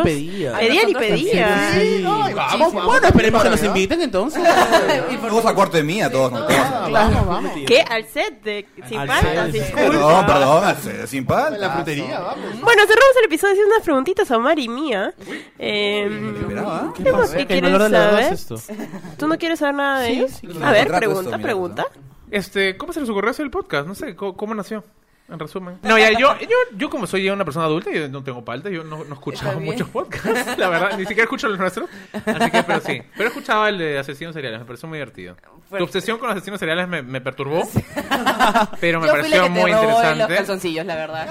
Speaker 3: y pedían.
Speaker 4: Pedían y
Speaker 5: Ay, nosotros
Speaker 4: pedían.
Speaker 5: también.
Speaker 2: Sí, no, y vamos,
Speaker 5: Muchísimo.
Speaker 2: vamos
Speaker 3: Bueno, esperemos que
Speaker 2: para
Speaker 3: nos
Speaker 2: allá.
Speaker 3: inviten entonces.
Speaker 6: Todos a cuarto de mí, a todos. ¿no? Todos.
Speaker 2: Ah, Vamos, vamos.
Speaker 4: ¿Qué? Al set de Sin
Speaker 3: Al
Speaker 4: Faltas,
Speaker 3: set.
Speaker 4: disculpa.
Speaker 6: Perdón, perdón, se- sin
Speaker 2: En la
Speaker 6: palta.
Speaker 3: Ah,
Speaker 2: frutería, vamos.
Speaker 4: Bueno, cerramos el episodio haciendo unas preguntitas a Omar y mía.
Speaker 6: Ah,
Speaker 4: Eh,
Speaker 6: Esperaba.
Speaker 4: ¿Qué es lo que
Speaker 3: El
Speaker 4: quieres
Speaker 3: olor a las dos,
Speaker 4: saber?
Speaker 3: esto.
Speaker 4: ¿Tú no quieres saber nada de ellos? a
Speaker 6: claro.
Speaker 4: ver,
Speaker 6: Contrato
Speaker 4: pregunta,
Speaker 6: esto, mira,
Speaker 4: pregunta.
Speaker 1: Este, ¿cómo se les ocurrió hacer el podcast? No sé, ¿cómo, cómo nació? En resumen. No, ya, yo, yo, yo como soy ya una persona adulta, yo no tengo palta, yo no, no escuchaba
Speaker 5: Está bien.
Speaker 1: muchos podcasts, la verdad, ni siquiera escucho los nuestros. Así que, pero sí. Pero escuchaba el de asesinos seriales, me pareció muy divertido.
Speaker 5: Fuerte.
Speaker 1: Tu obsesión con los asesinos seriales me, me perturbó, pero me
Speaker 5: Yo fui la
Speaker 1: pareció
Speaker 5: que te
Speaker 1: muy
Speaker 5: robó los
Speaker 1: interesante.
Speaker 5: calzoncillos, la verdad.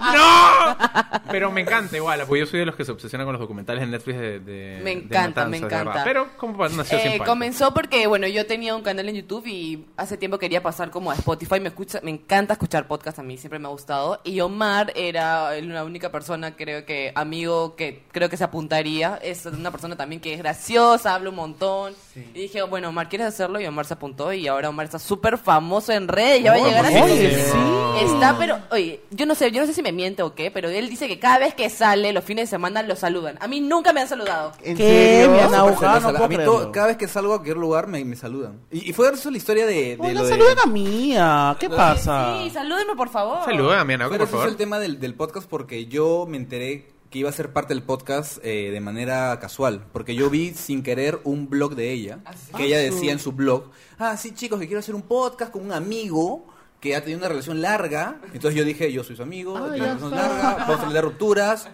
Speaker 1: ¡No! Pero me encanta igual, porque yo soy de los que se obsesionan con los documentales en Netflix de. de-
Speaker 5: Me
Speaker 1: de
Speaker 5: encanta,
Speaker 1: matanzas,
Speaker 5: me
Speaker 1: de
Speaker 5: encanta.
Speaker 1: verdad. Pero, ¿cómo nació
Speaker 5: Eh,
Speaker 1: sin palta?
Speaker 5: comenzó porque, bueno, yo tenía un canal en YouTube y hace tiempo quería pasar como a Spotify. Me, escucha, me encanta escuchar podcast a mí, siempre me ha gustado. Y Omar era la única persona, creo que, amigo, que creo que se apuntaría. Es una persona también que es graciosa, habla un montón. Y dije, bueno, Omar, ¿quieres hacerlo? Y Omar se apuntó y ahora Omar está súper famoso en redes.
Speaker 1: Oh,
Speaker 5: Ya va a llegar a
Speaker 3: Oye, sí.
Speaker 5: Está, pero, oye, yo no sé, yo no sé si me miente o qué, pero él dice que cada vez que sale los fines de semana lo saludan. A mí nunca me han saludado.
Speaker 2: ¿En
Speaker 3: ¿Qué?
Speaker 2: serio?
Speaker 3: Me han abu- Ah,
Speaker 6: Marcelo,
Speaker 3: no
Speaker 6: Marcelo,
Speaker 3: puedo
Speaker 6: a mí
Speaker 3: creerlo.
Speaker 6: todo- cada vez que salgo a cualquier lugar me, me saludan. Y, y fue graciosa la historia de, de
Speaker 3: Hola,
Speaker 6: lo de-
Speaker 3: saluden a Mía. ¿Qué pasa?
Speaker 5: Sí, salúdenme, por favor.
Speaker 1: Saluda a mi Ana,
Speaker 6: Fue
Speaker 1: por
Speaker 6: gracioso
Speaker 1: favor.
Speaker 6: el tema del, del podcast porque yo me enteré que iba a ser parte del podcast eh, de manera casual, porque yo vi sin querer un blog de ella, que ella decía en su blog, ah, sí chicos, que quiero hacer un podcast con un amigo que ha tenido una relación larga, entonces yo dije, yo soy su amigo, he tenido una relación larga, vamos a hablar de rupturas,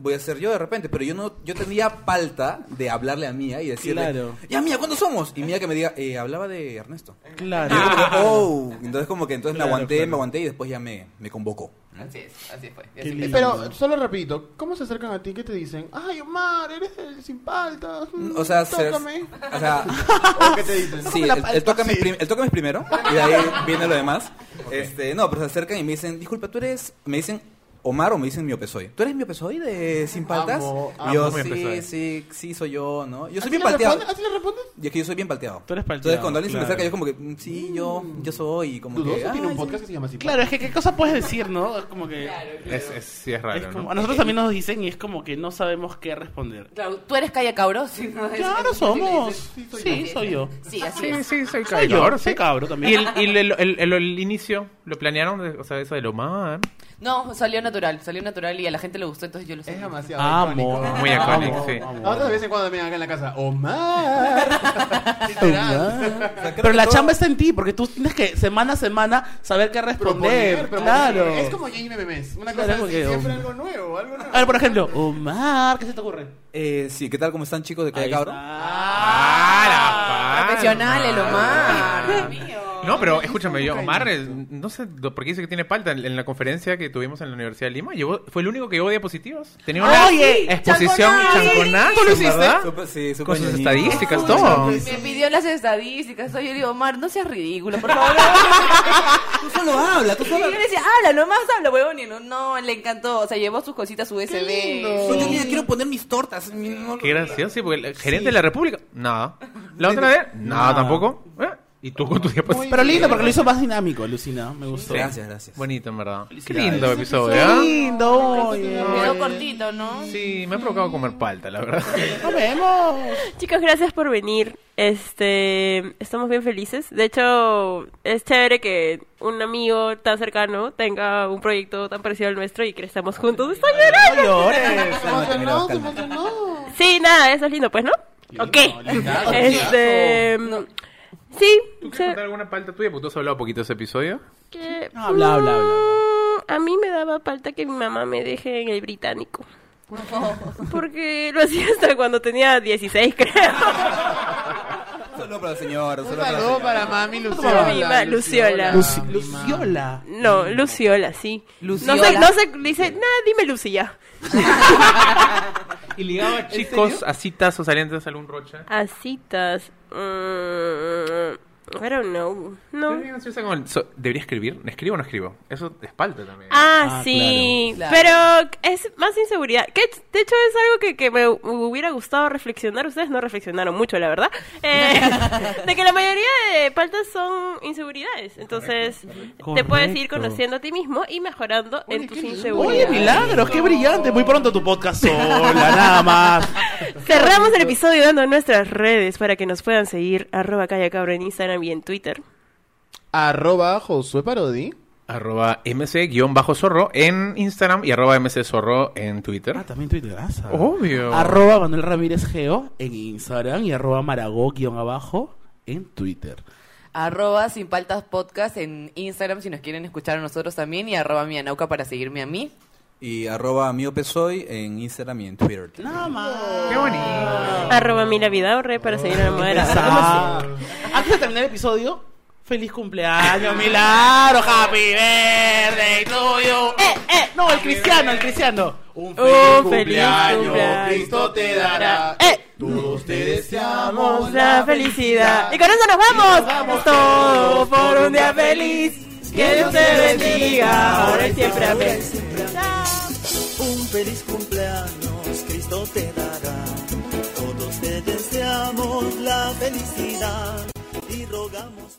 Speaker 6: voy a ser yo de repente, pero yo no, yo tenía falta de hablarle a Mía y decirle,
Speaker 3: Claro.
Speaker 6: ya Mía, ¿cuántos somos? Y Mía que me diga, "Eh, hablaba de Ernesto. Y
Speaker 3: Claro.
Speaker 6: yo como que, "Oh". entonces como que entonces
Speaker 3: Ah. Claro,
Speaker 6: me aguanté,
Speaker 3: claro.
Speaker 6: me aguanté y después ya me, me convocó.
Speaker 5: Así es, así fue.
Speaker 3: Qué
Speaker 5: Así
Speaker 3: lindo.
Speaker 2: Pero solo repito, ¿cómo se acercan a ti? ¿Qué te dicen? Ay, Omar, eres el sin paltas. mm,
Speaker 6: O sea, se-
Speaker 2: tócame.
Speaker 6: o sea,
Speaker 2: ¿O qué te dicen?
Speaker 6: sí, el, el tócame es prim- el tócame es primero y de ahí viene lo demás. Este, no, pero se acercan y me dicen, disculpa, tú eres, me dicen Omar o me dicen miopesoy. ¿Tú eres miopesoy de Sin Paltas?
Speaker 2: Amo,
Speaker 6: Y yo,
Speaker 1: amo
Speaker 6: sí,
Speaker 1: miopesoy".
Speaker 6: sí, sí, soy yo, ¿no? Yo soy
Speaker 2: ¿Así
Speaker 6: bien
Speaker 2: le
Speaker 6: palteado.
Speaker 2: responde- ¿Así le respondes?
Speaker 6: Y es que yo soy bien palteado.
Speaker 3: Tú eres palteado,
Speaker 6: Entonces cuando alguien se me
Speaker 3: claro.
Speaker 6: acerca, yo como que, "Mm, sí, yo, yo soy, y como que, "Ah,
Speaker 2: Dudoso tiene
Speaker 6: "Ay,
Speaker 2: un podcast que se llama así.
Speaker 3: Claro, es que qué cosa puedes decir, ¿no? Es como que...
Speaker 1: Es, es- sí, es raro,
Speaker 3: es como-
Speaker 1: ¿no?
Speaker 3: A nosotros también nos dicen y es como que no sabemos qué responder.
Speaker 5: Claro, tú eres Calle Cabro. Sí, no, es-
Speaker 3: Claro,
Speaker 5: es-
Speaker 3: somos.
Speaker 2: sí, soy
Speaker 3: Sí, soy yo.
Speaker 5: Sí, así
Speaker 1: Sí,
Speaker 5: es.
Speaker 1: sí, soy
Speaker 3: Soy
Speaker 1: cabro.
Speaker 3: yo,
Speaker 1: ahora
Speaker 3: soy
Speaker 1: sí.
Speaker 3: cabro
Speaker 1: Y
Speaker 3: también.
Speaker 1: el, y el, el, el- el- el inicio, ¿lo planearon? de- o sea, eso de lo más.
Speaker 5: No, salió natural, salió natural y a la gente le gustó, entonces yo lo sé.
Speaker 2: Es demasiado
Speaker 3: Amo.
Speaker 2: icónico.
Speaker 1: Ah, Muy icónico,
Speaker 3: Amo,
Speaker 1: sí.
Speaker 3: amo.
Speaker 2: Ahora de vez en cuando me acá en la casa. Omar. Literal.
Speaker 6: O sea, creo
Speaker 3: Pero
Speaker 6: que
Speaker 3: la
Speaker 6: todo-
Speaker 3: chamba está en ti, porque tú tienes que semana a semana saber qué responder.
Speaker 2: Proponer, proponer.
Speaker 3: claro.
Speaker 2: Es como Jaime Memes. Una cosa
Speaker 3: Claro,
Speaker 2: así,
Speaker 3: porque-
Speaker 2: siempre algo nuevo, algo nuevo.
Speaker 3: A ver, por ejemplo, Omar, ¿qué se te ocurre?
Speaker 6: Eh, sí, ¿qué tal? ¿Cómo están chicos de Calle
Speaker 3: Ahí
Speaker 6: Cabro?
Speaker 1: ¡Ah, la
Speaker 5: Profesional, el Omar.
Speaker 1: palma! No, pero escúchame, yo, Omar, eh, no sé do- por qué dice que tiene palta. En, en la conferencia que tuvimos en la Universidad de Lima, llevó, fue el único que llevó diapositivas. Tenía una
Speaker 3: Oye,
Speaker 1: exposición
Speaker 5: chanconazo.
Speaker 1: chanconazo, ¿verdad?
Speaker 6: Súper- sí, súper
Speaker 1: Con sus
Speaker 6: ñoñito.
Speaker 1: estadísticas, todo.
Speaker 5: Me pidió las estadísticas, oye, yo digo, Omar, no seas ridículo, por favor.
Speaker 6: Tú solo habla, tú
Speaker 5: Y yo
Speaker 6: solo
Speaker 5: le decía, habla, nomás habla, huevón. Y no, no, le encantó, o sea, llevó sus cositas USB.
Speaker 6: Pues Yo ni le quiero poner mis tortas. mi- no-
Speaker 1: Qué gracioso, sí, porque el gerente de la República, nada. La otra vez, nada tampoco. Eh, Y tú con tu diapositiva.
Speaker 3: Pero lindo, porque lo hizo más dinámico, Lucina. Me gustó.
Speaker 6: Gracias, gracias.
Speaker 1: Bonito, en verdad. Qué
Speaker 3: Felicidades.
Speaker 1: lindo episodio,
Speaker 3: Qué
Speaker 1: ¿eh?
Speaker 3: lindo, oye.
Speaker 5: Quedó cortito, ¿no?
Speaker 1: Sí, me ha provocado comer palta, la verdad.
Speaker 3: Nos vemos.
Speaker 4: Chicos, gracias por venir. Este, estamos bien felices. De hecho, es chévere que un amigo tan cercano tenga un proyecto tan parecido al nuestro y crezcamos juntos. ¡Estoy llorando!
Speaker 3: No llores.
Speaker 6: Cálmate, mira,
Speaker 2: Emocionó, se
Speaker 6: cálmate.
Speaker 2: emocionó.
Speaker 4: Sí, nada, eso es lindo, pues, ¿no? ok.
Speaker 2: lindazo.
Speaker 4: Este, sí,
Speaker 1: ¿Tú quieres
Speaker 4: se-
Speaker 1: contar alguna palta tuya? Porque tú has hablado poquito de ese episodio.
Speaker 4: que-
Speaker 3: No, habla, habla, habla.
Speaker 4: Mm, A mí me daba falta que mi mamá me deje en el británico. Porque lo hacía hasta cuando tenía 16, creo.
Speaker 6: Solo para la señora,
Speaker 2: Un
Speaker 6: solo para la
Speaker 2: saludo
Speaker 6: señora.
Speaker 2: para mami
Speaker 4: Mi
Speaker 2: Luciola.
Speaker 4: ma- Luciola.
Speaker 3: Luci-
Speaker 2: Ah, mi ma.
Speaker 3: Luciola.
Speaker 4: No, Luciola, sí. No sé,
Speaker 5: Luciola.
Speaker 4: no sé, le dice, nada, dime Lucy ya.
Speaker 1: Y ligaba chicos a citas o salientes algún rocha.
Speaker 4: A citas. mm, I don't know.
Speaker 1: Yo
Speaker 4: No.
Speaker 1: bien ansiosa con el- so- ¿Debería escribir? ¿Escribo o no escribo? Eso es palta también.
Speaker 4: Ah,
Speaker 3: Ah,
Speaker 4: sí.
Speaker 5: claro.
Speaker 4: Pero es más inseguridad. Que de hecho es algo que, que me hubiera gustado reflexionar. Ustedes no reflexionaron mucho, la verdad. Eh, de que la mayoría de faltas son inseguridades. Entonces, te puedes ir
Speaker 3: Correcto.
Speaker 4: conociendo a ti mismo y mejorando en tus
Speaker 2: qué lindo.
Speaker 4: inseguridades.
Speaker 3: Oye, milagros, qué brillante. Muy pronto tu podcast sola, nada más.
Speaker 4: Cerramos el episodio dando nuestras redes para que nos puedan seguir. Arroba Calla Cabra en Instagram y en Twitter.
Speaker 2: Arroba Josué Parodi.
Speaker 1: Arroba mc-zorro en Instagram y arroba mczorro en Twitter.
Speaker 3: Ah, también Twitter. ah, sabe.
Speaker 1: Obvio.
Speaker 3: Arroba Manuel Ramírez Geo en Instagram y arroba Maragó guión abajo en Twitter.
Speaker 5: Arroba Sin Paltas Podcast en Instagram si nos quieren escuchar a nosotros también. Y arroba Mianauca para seguirme a mí.
Speaker 6: Y arroba miope soy en Instagram y en Twitter.
Speaker 3: Nada más.
Speaker 1: Qué bonito.
Speaker 4: Arroba mi Vidaurre para seguir a la moderadora.
Speaker 3: Ah. Antes de terminar el episodio, feliz cumpleaños, Milagro, happy birthday to you. Eh, eh, no, el cristiano, el cristiano. Un
Speaker 4: Oh, feliz cumpleaños, Cristo
Speaker 3: te
Speaker 4: dará. Eh.
Speaker 3: Todos te deseamos
Speaker 4: Vamos la felicidad. Y con eso nos vamos. Todo por un día feliz. Que Dios te bendiga. Ahora y siempre. Amén.
Speaker 8: Un feliz cumpleaños Cristo te dará. Todos te deseamos la felicidad y rogamos.